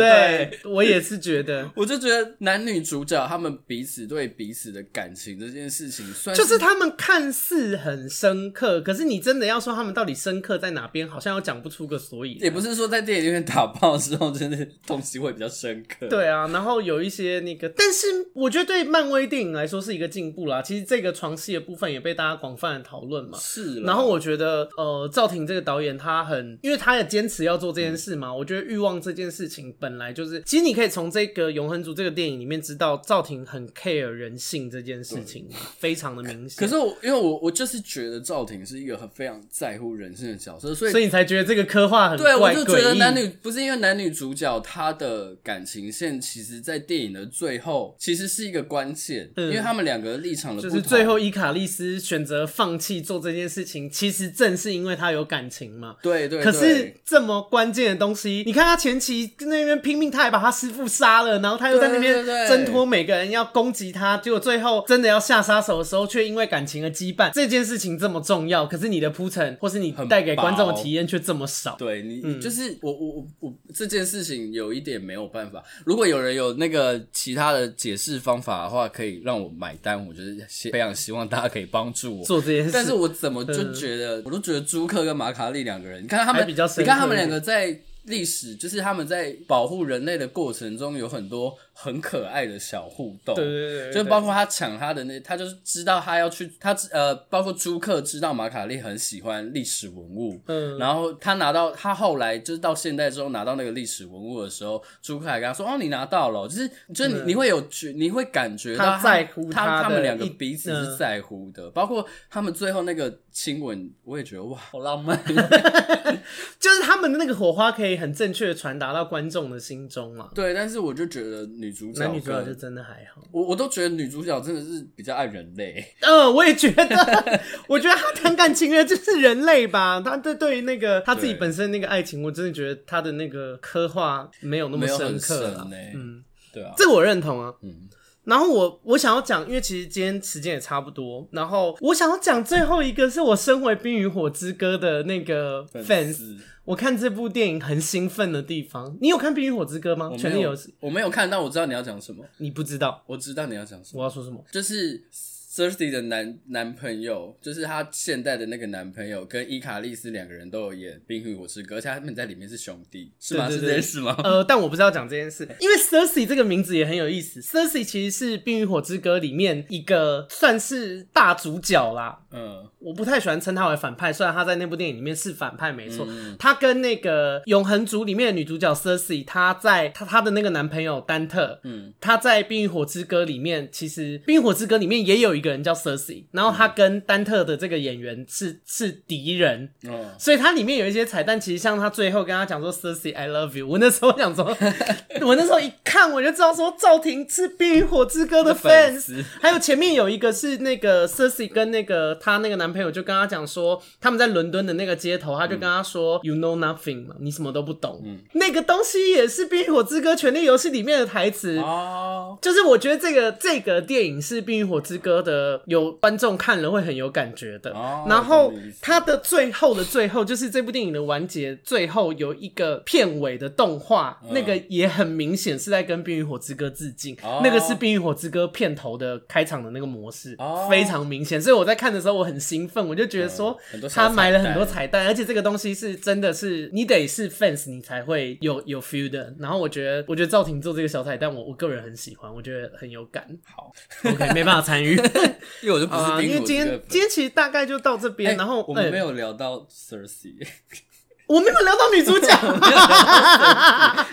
对？我也是觉得，
我就觉得男女主角他们彼此对彼此的感情这件事情，算
就是他们看似很深刻，可是你真的要说他们到底深刻在哪边，好像又讲不出个所以来。
也不是说在电影院打炮之后，真的东西会比较深刻。，
对啊，然后有一些那个，但是我觉得对漫威电影来说是一个进步啦。其实这个床戏的部分也被大家广泛的讨论嘛。
是啦。
然后我觉得，呃，赵婷这个导演他很，因为他也坚持要做这件事嘛。我觉得欲望这件事情本来就是，其实你可以从这个《永恒族》这个电影里面知道，赵婷很 care 人性这件事情，非常的明显。
可是我因为我我就是觉得赵婷是一个很非常在乎人性的角色，所以
所以你才觉得这个刻画很
对我
怪
就觉得
诡异
男女不是因为男女主角他的感情线，其实在电影的最后其实是一个关键，
嗯
因为他们两个立场的不
就
同
是最后伊卡利斯选择放弃做这件事情，其实正是因为他有感情嘛。
对对对，
可是这么关键的东西，你看他前期那边拼命，他还把他师傅杀了，然后他又在那
对
边
对对
挣脱每个人要攻击他，结果最后真的要下杀手的时候，却因为感情的羁绊，这件事情这么重要，可是你的铺陈或是你
很
带给观众的
薄
体验却这么少。
对你、
嗯
就是我我我我这件事情有一点没有办法。如果有人有那个其他的解释方法的话，可以让我买单。我就是希非常希望大家可以帮助我
做这件事，
但是我怎么就觉得，我都觉得朱克跟马卡利两个人，你看他
嗯
们
还比较深刻
你看他们两个在历史，就是他们在保护人类的过程中，有很多很可爱的小互动。
对对对对
就包括他抢他的那，他就是知道他要去，他知呃，包括朱克知道马卡利很喜欢历史文物，
嗯
然后他拿到他后来就是到现代之后拿到那个历史文物的时候，朱克还跟他说：“哦，你拿到了哦。”就是就是你、你会有觉，你会感觉到
他在乎他
他
的
们两个
一
彼此
嗯
是在乎的，包括他们最后那个亲吻，我也觉得哇，好 浪漫。
就是他们的那个火花可以很正确的传达到观众的心中嘛。
对，但是我就觉得女主角
男女主角
跟
就真的还好。
我我都觉得女主角真的是比较爱人类，
嗯，我也觉 得，我觉得他谈感情的就是人类吧。他对对于那个他自己
对
本身那个爱情，我真的觉得他的那个刻画没有那么
没有
深
很
刻啦
深。嘞、
嗯，
对啊，
这个我认同啊。
嗯，
然后我我想要讲，因为其实今天时间也差不多，然后我想要讲最后一个是我身为《冰与火之歌》的那个 fans，
丝
我看这部电影很兴奋的地方。你有看《冰与火之歌》吗
我？
权
没
力
有
游戏？
我没有看到，我知道你要讲什么，
你不知道
我知道你要讲什么，
我要说什么？
就是 Thirsty 的男男朋友，就是他现代的那个男朋友，跟伊卡利斯两个人都有演《冰与火之歌》，而且他们在里面是兄弟，是吗？
对
是
对
这
对
件事吗？
呃，但我不是要讲这件事，因为 Cersei 这个名字也很有意思。Cersei 其实是《冰与火之歌》里面一个算是大主角啦。
嗯，
我不太喜欢称他为反派，虽然他在那部电影里面是反派没错。他跟那个《永恒族》里面的女主角 Cersei，她在她她的那个男朋友丹特，
嗯，
他在《冰与火之歌》里面，其实《冰与火之歌》里面也有一个人叫 Cersei，然后他跟丹特的这个演员是是敌人，
哦，
所以它里面有一些彩蛋，其实像他最后跟他讲说 “Cersei I love you”，我那时候想 说，我那时候一看我就知道说赵婷是《冰与火之歌》的
粉
fans，
丝
还有前面有一个是那个 Cersei 跟那个她那个男朋友就跟她讲说，他们在伦敦的那个街头，他就跟她说、“You
嗯
know nothing” 嘛，你什么都不懂。那个东西也是《冰与火之歌》《权力游戏》里面的台词。
哦，
就是我觉得这个这个电影是《冰与火之歌》的，有观众看了会很有感觉的。
哦
然后
懂你意思
它的最后的最后，就是这部电影的完结，最后有一个片尾的动画，
嗯
那个也很明显是在跟《冰与火之歌》致敬。
哦
那个是《冰与火之歌》片头的开场的那个模式，
哦
非常明显。所以我在看的时候，我很兴奋，我就觉得说
嗯很多小
他埋了很多
彩
彩
蛋
蛋，而且这个东西是真的是你得是 fans 你才会有有 feel 的。然后我觉得，我觉得赵婷做这个小彩蛋，我我个人很喜欢，我觉得很有感。
好，
OK，没办法参与
因为 我就不是
啊，
冰
因为今天今天其实大概就到这边，然后
哎我们没
有
有聊到 Thirsty，
我没有聊到女主角，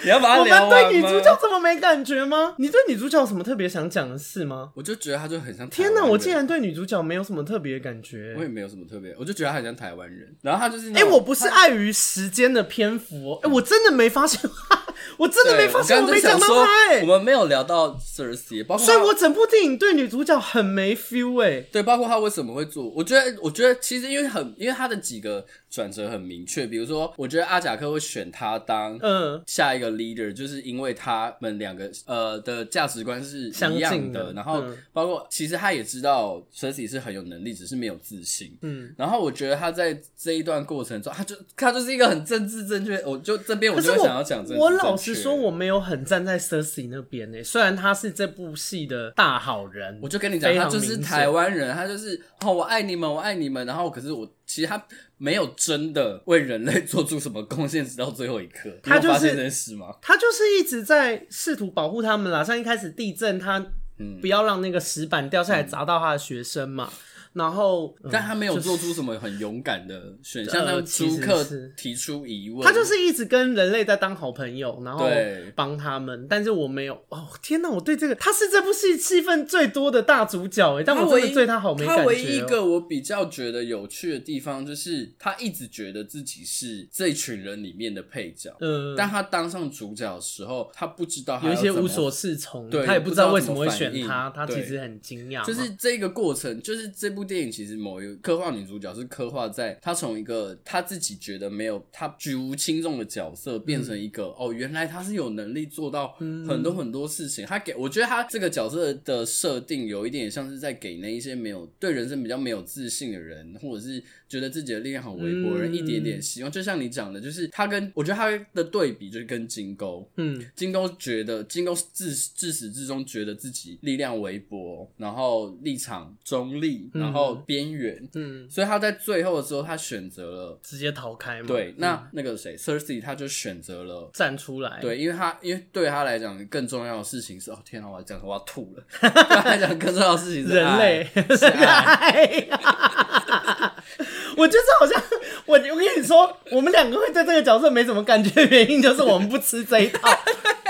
你要把它
我们
聊完吗
对女主角这么没感觉吗？你对女主角有什么特别想讲的事吗？
我就觉得他就很像台湾
天
人
哪，我竟然对女主角没有什么特别的感
我也
觉。
没有什么特别，我就觉得他很像台湾人，然后哦他就是那
哎、
种
我不是碍于时间的篇幅、哎、我真的没发现， 我真的没发现
对
我
我
没讲
讲
到她、哎
我们没有聊到 Cersei，包括
所以
他
我整部电影对女主角很没 feel 哎、
对，包括他为什么会做，我觉得，我觉得其实因为很，因为他的几个转折很明确。比如说，我觉得阿贾克会选他当
嗯，
下一个 leader，就是因为他们两个呃的价值观是一
相
样
近的
然后
嗯
包括其实他也知道 c e s i 是很有能力，只是没有自信。
嗯，
然后我觉得他在这一段过程中，他就他就是一个很政治正确，我就这边我
可是
就会
我
想要讲政治正确。
我老实说，我没有很站在 Cersei 那边呢、虽然他是这部戏的大好人，
我就跟你讲，
非
他
常
就是
明显
台湾人，他就是哦，我爱你们，我爱你们。然后可是我其实他没有真的为人类做出什么贡献，直到最后一刻。你
他
有
就是嗯
发现这件事吗？
他就是一直在试图保护他们啦。像一开始地震，他
嗯
不要让那个石板掉下来砸到他的学生嘛。然后，嗯
但他没有做出什么很勇敢的选项，
呃
让
其
朱
实
克
是
提出疑问。
他就是一直跟人类在当好朋友，然后
对
帮他们。但是我没有，哦天哪，我对这个他是这部戏戏份最多的大主角哎、但
他
我
唯
真的
一
对他好没感觉、
他
哦。
唯一一个我比较觉得有趣的地方，就是他一直觉得自己是这群人里面的配角，
嗯，
但他当上主角的时候，他不知道他
有一
要
些
怎
无
么
所适从，
对
他也
不
不
知
知
道
道为
怎
什
么
么会
反
选
应
他，他其
对
实很惊讶嘛，
就是这个过程，就是这部电影其实某一个刻画女主角是刻画在她从一个她自己觉得没有她举无轻重的角色，变成一个、哦，原来她是有能力做到很多很多事情。她给我觉得她这个角色的设定有一点像是在给那一些没有对人生比较没有自信的人，或者是觉得自己的力量很微薄的人、
嗯
一点点希望。就像你讲的，就是她跟我觉得她的对比就是跟金钩，
嗯，
金钩觉得金钩自自始至终觉得自己力量微薄，然后立场中立，
嗯
然后边缘，
嗯，
所以他在最后的时候，他选择了
直接逃开嘛，
对，
嗯
那那个谁 Cersei 他就选择了。
站出来，，
对，因为他因为对他来讲更重要的事情是哦，天哪，我要讲我要 吐了。对他来讲更重要的事情是
人
爱
类
是爱，
哎呀 我就是好像我，我跟你说，我们两个会对这个角色没什么感觉，原因就是我们不吃这一 套。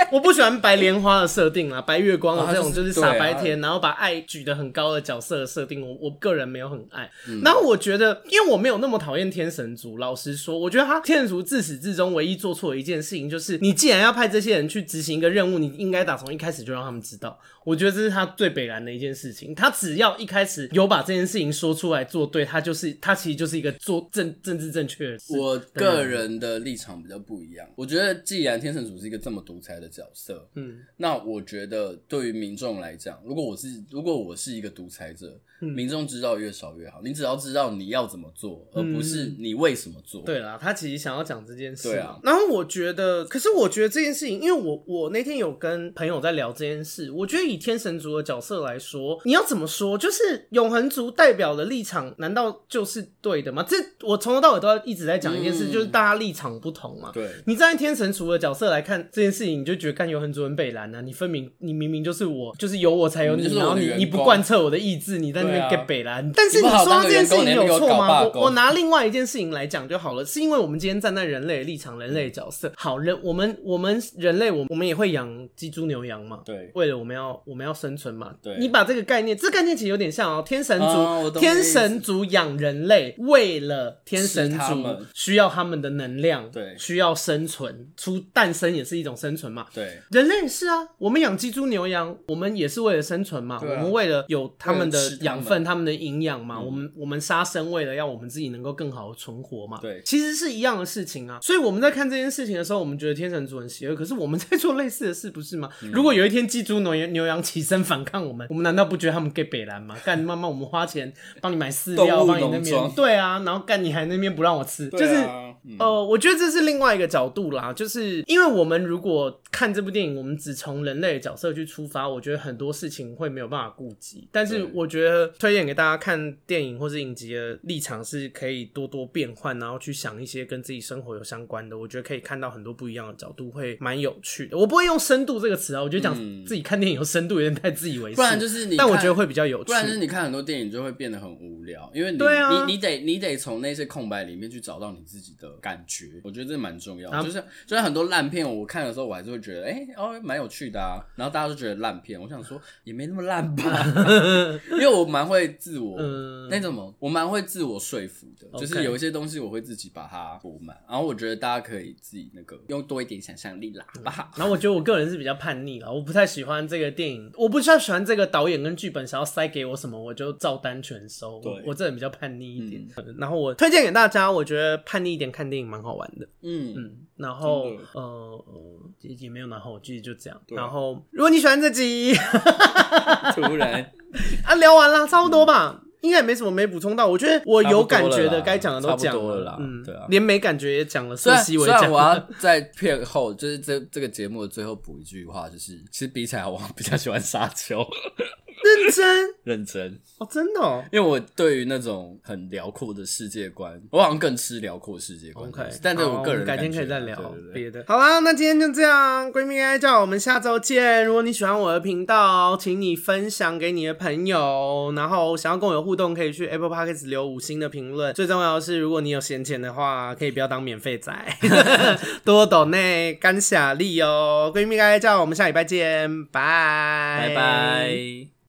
我不喜欢白莲花的设定啦，白月光
哦
啊
他
这种
就
就是是傻
对啊
白甜，然后把爱举得很高的角色的设定，我我个人没有很爱。
嗯
然后我觉得，因为我没有那么讨厌天神族，老实说，我觉得他天神族自始至终唯一做错的一件事情，就是你既然要派这些人去执行一个任务，你应该打从一开始就让他们知道。我觉得这是他最北然的一件事情。他只要一开始有把这件事情说出来做对，他就是他其实就是一个做政政治正确的事。
我个人的立场比较不一样。我觉得既然天神主是一个这么独裁的角色，
嗯
那我觉得对于民众来讲，如果我是如果我是一个独裁者，
嗯
民众知道越少越好。你只要知道你要怎么做，而不是你为什么做。
嗯对啦，他其实想要讲这件事。
对啊，
然后我觉得，可是我觉得这件事情，因为我我那天有跟朋友在聊这件事，我觉得以天神族的角色来说，你要怎么说？就是永恒族代表的立场，难道就是对的吗？这我从头到尾都要一直在讲一件事，
嗯
就是大家立场不同嘛。
对
你站在天神族的角色来看这件事情，你就觉得干永恒族很北蓝啊！你分明你明明就是我，就是有我才有
你
你，
就是我
然
的
后你
员
你不
工
贯彻我的意志，你在那边
对啊
get 北蓝。但是
你不好
说
当
到这
个
件
员
事
工
情
你
有
还给我
错
搞罢
吗？
工
我我拿另外一件事情来讲就好了，是因为我们今天站在人类的立场、人类的角色。好人，我们我们人类，我我们也会养鸡、猪、牛、羊嘛。
对
为了我们要我们要生存嘛，
对
你把这个概念，这个概念其实有点像哦，天神族，
哦我懂你的意
天
思
神族养人类，为了天神
吃他
族
们
需要他们的能量，
对
需要生存，出诞生也是一种生存嘛。
对，
人类也是啊，我们养鸡、猪、牛、羊，我们也是为了生存嘛。
对啊
我们为了有他们
为了
的
吃它们嗯
养分、他们的营养嘛。我们我们杀生，为了让我们自己能够更好的存活嘛。
对
其实是一样的事情啊。所以我们在看这件事情的时候，我们觉得天神族很邪恶，可是我们在做类似的事，不是吗？
嗯
如果有一天鸡、猪、牛、牛羊起身反抗我们，我们难道不觉得他们给北蓝吗？ 干妈妈，我们花钱帮你买饲料，
动物
帮你那
农
边
庄
对啊，然后干你还那边不让我吃，就是
对啊嗯
呃，我觉得这是另外一个角度啦，就是因为我们如果看这部电影，我们只从人类的角色去出发，我觉得很多事情会没有办法顾及。但是
对
我觉得推荐给大家看电影或是影集的立场是可以多多变换，然后去想一些跟自己生活有相关的，我觉得可以看到很多不一样的角度，会蛮有趣的。我不会用深度这个词啊，我觉得讲
嗯
自己看电影有深度有点太自以为是，
不然就是你看
但我觉得会比较有趣
不。然就是你看很多电影就会变得很无聊，因为你、
对啊
你你得你得从那些空白里面去找到你自己的感觉，我觉得这蛮重要的。
啊
就是就是很多烂片，我看的时候我还是会觉得，哎、哦，蛮有趣的啊。然后大家都觉得烂片，我想说也没那么烂 吧，因为我蛮会自我、
嗯
那种什么，我蛮会自我说服的，
OK
就是有一些东西我会自己把它补满。然后我觉得大家可以自己那个用多一点想象力啦，好不好？
然后我觉得我个人是比较叛逆了，我不太喜欢这个电影，我不太喜欢这个导演跟剧本想要塞给我什么，我就照单全收，
对
我
对
我这人比较叛逆一点。
嗯
呃然后我推荐给大家，我觉得叛逆一点看电影蛮好玩的。
嗯，
嗯，然后
真的
呃呃也也没有然后，其实就这样。
对啊
然后如果你喜欢这集
突然
啊，聊完了，差不多吧。应该也没什么没补充到，我觉得我有感觉的该讲的都讲
差不多了啦
嗯，
对啊
连没感觉也讲了，
虽
溯
然
溪
虽
为讲
然我要 在片后，就是这这个节目的最后补一句话，就是其实比起来，我比较喜欢沙丘，
认真
认真，
哦，真的哦，
因为我对于那种很辽阔的世界观，我好像更吃辽阔世界观。
OK，
但是
好
我个
们
人
改天
感觉
可以再
啦
聊
对对对
别的。好啦，那今天就这样，闺蜜爱叫我们下周见。如果你喜欢我的频道，请你分享给你的朋友，然后想要跟我有互动，可以去 Apple Podcast 留五星的评论。最重要的是，如果你有闲钱的话，可以不要当免 费仔，多抖内干傻力哦。闺蜜爱叫我们下礼拜见，拜
拜拜。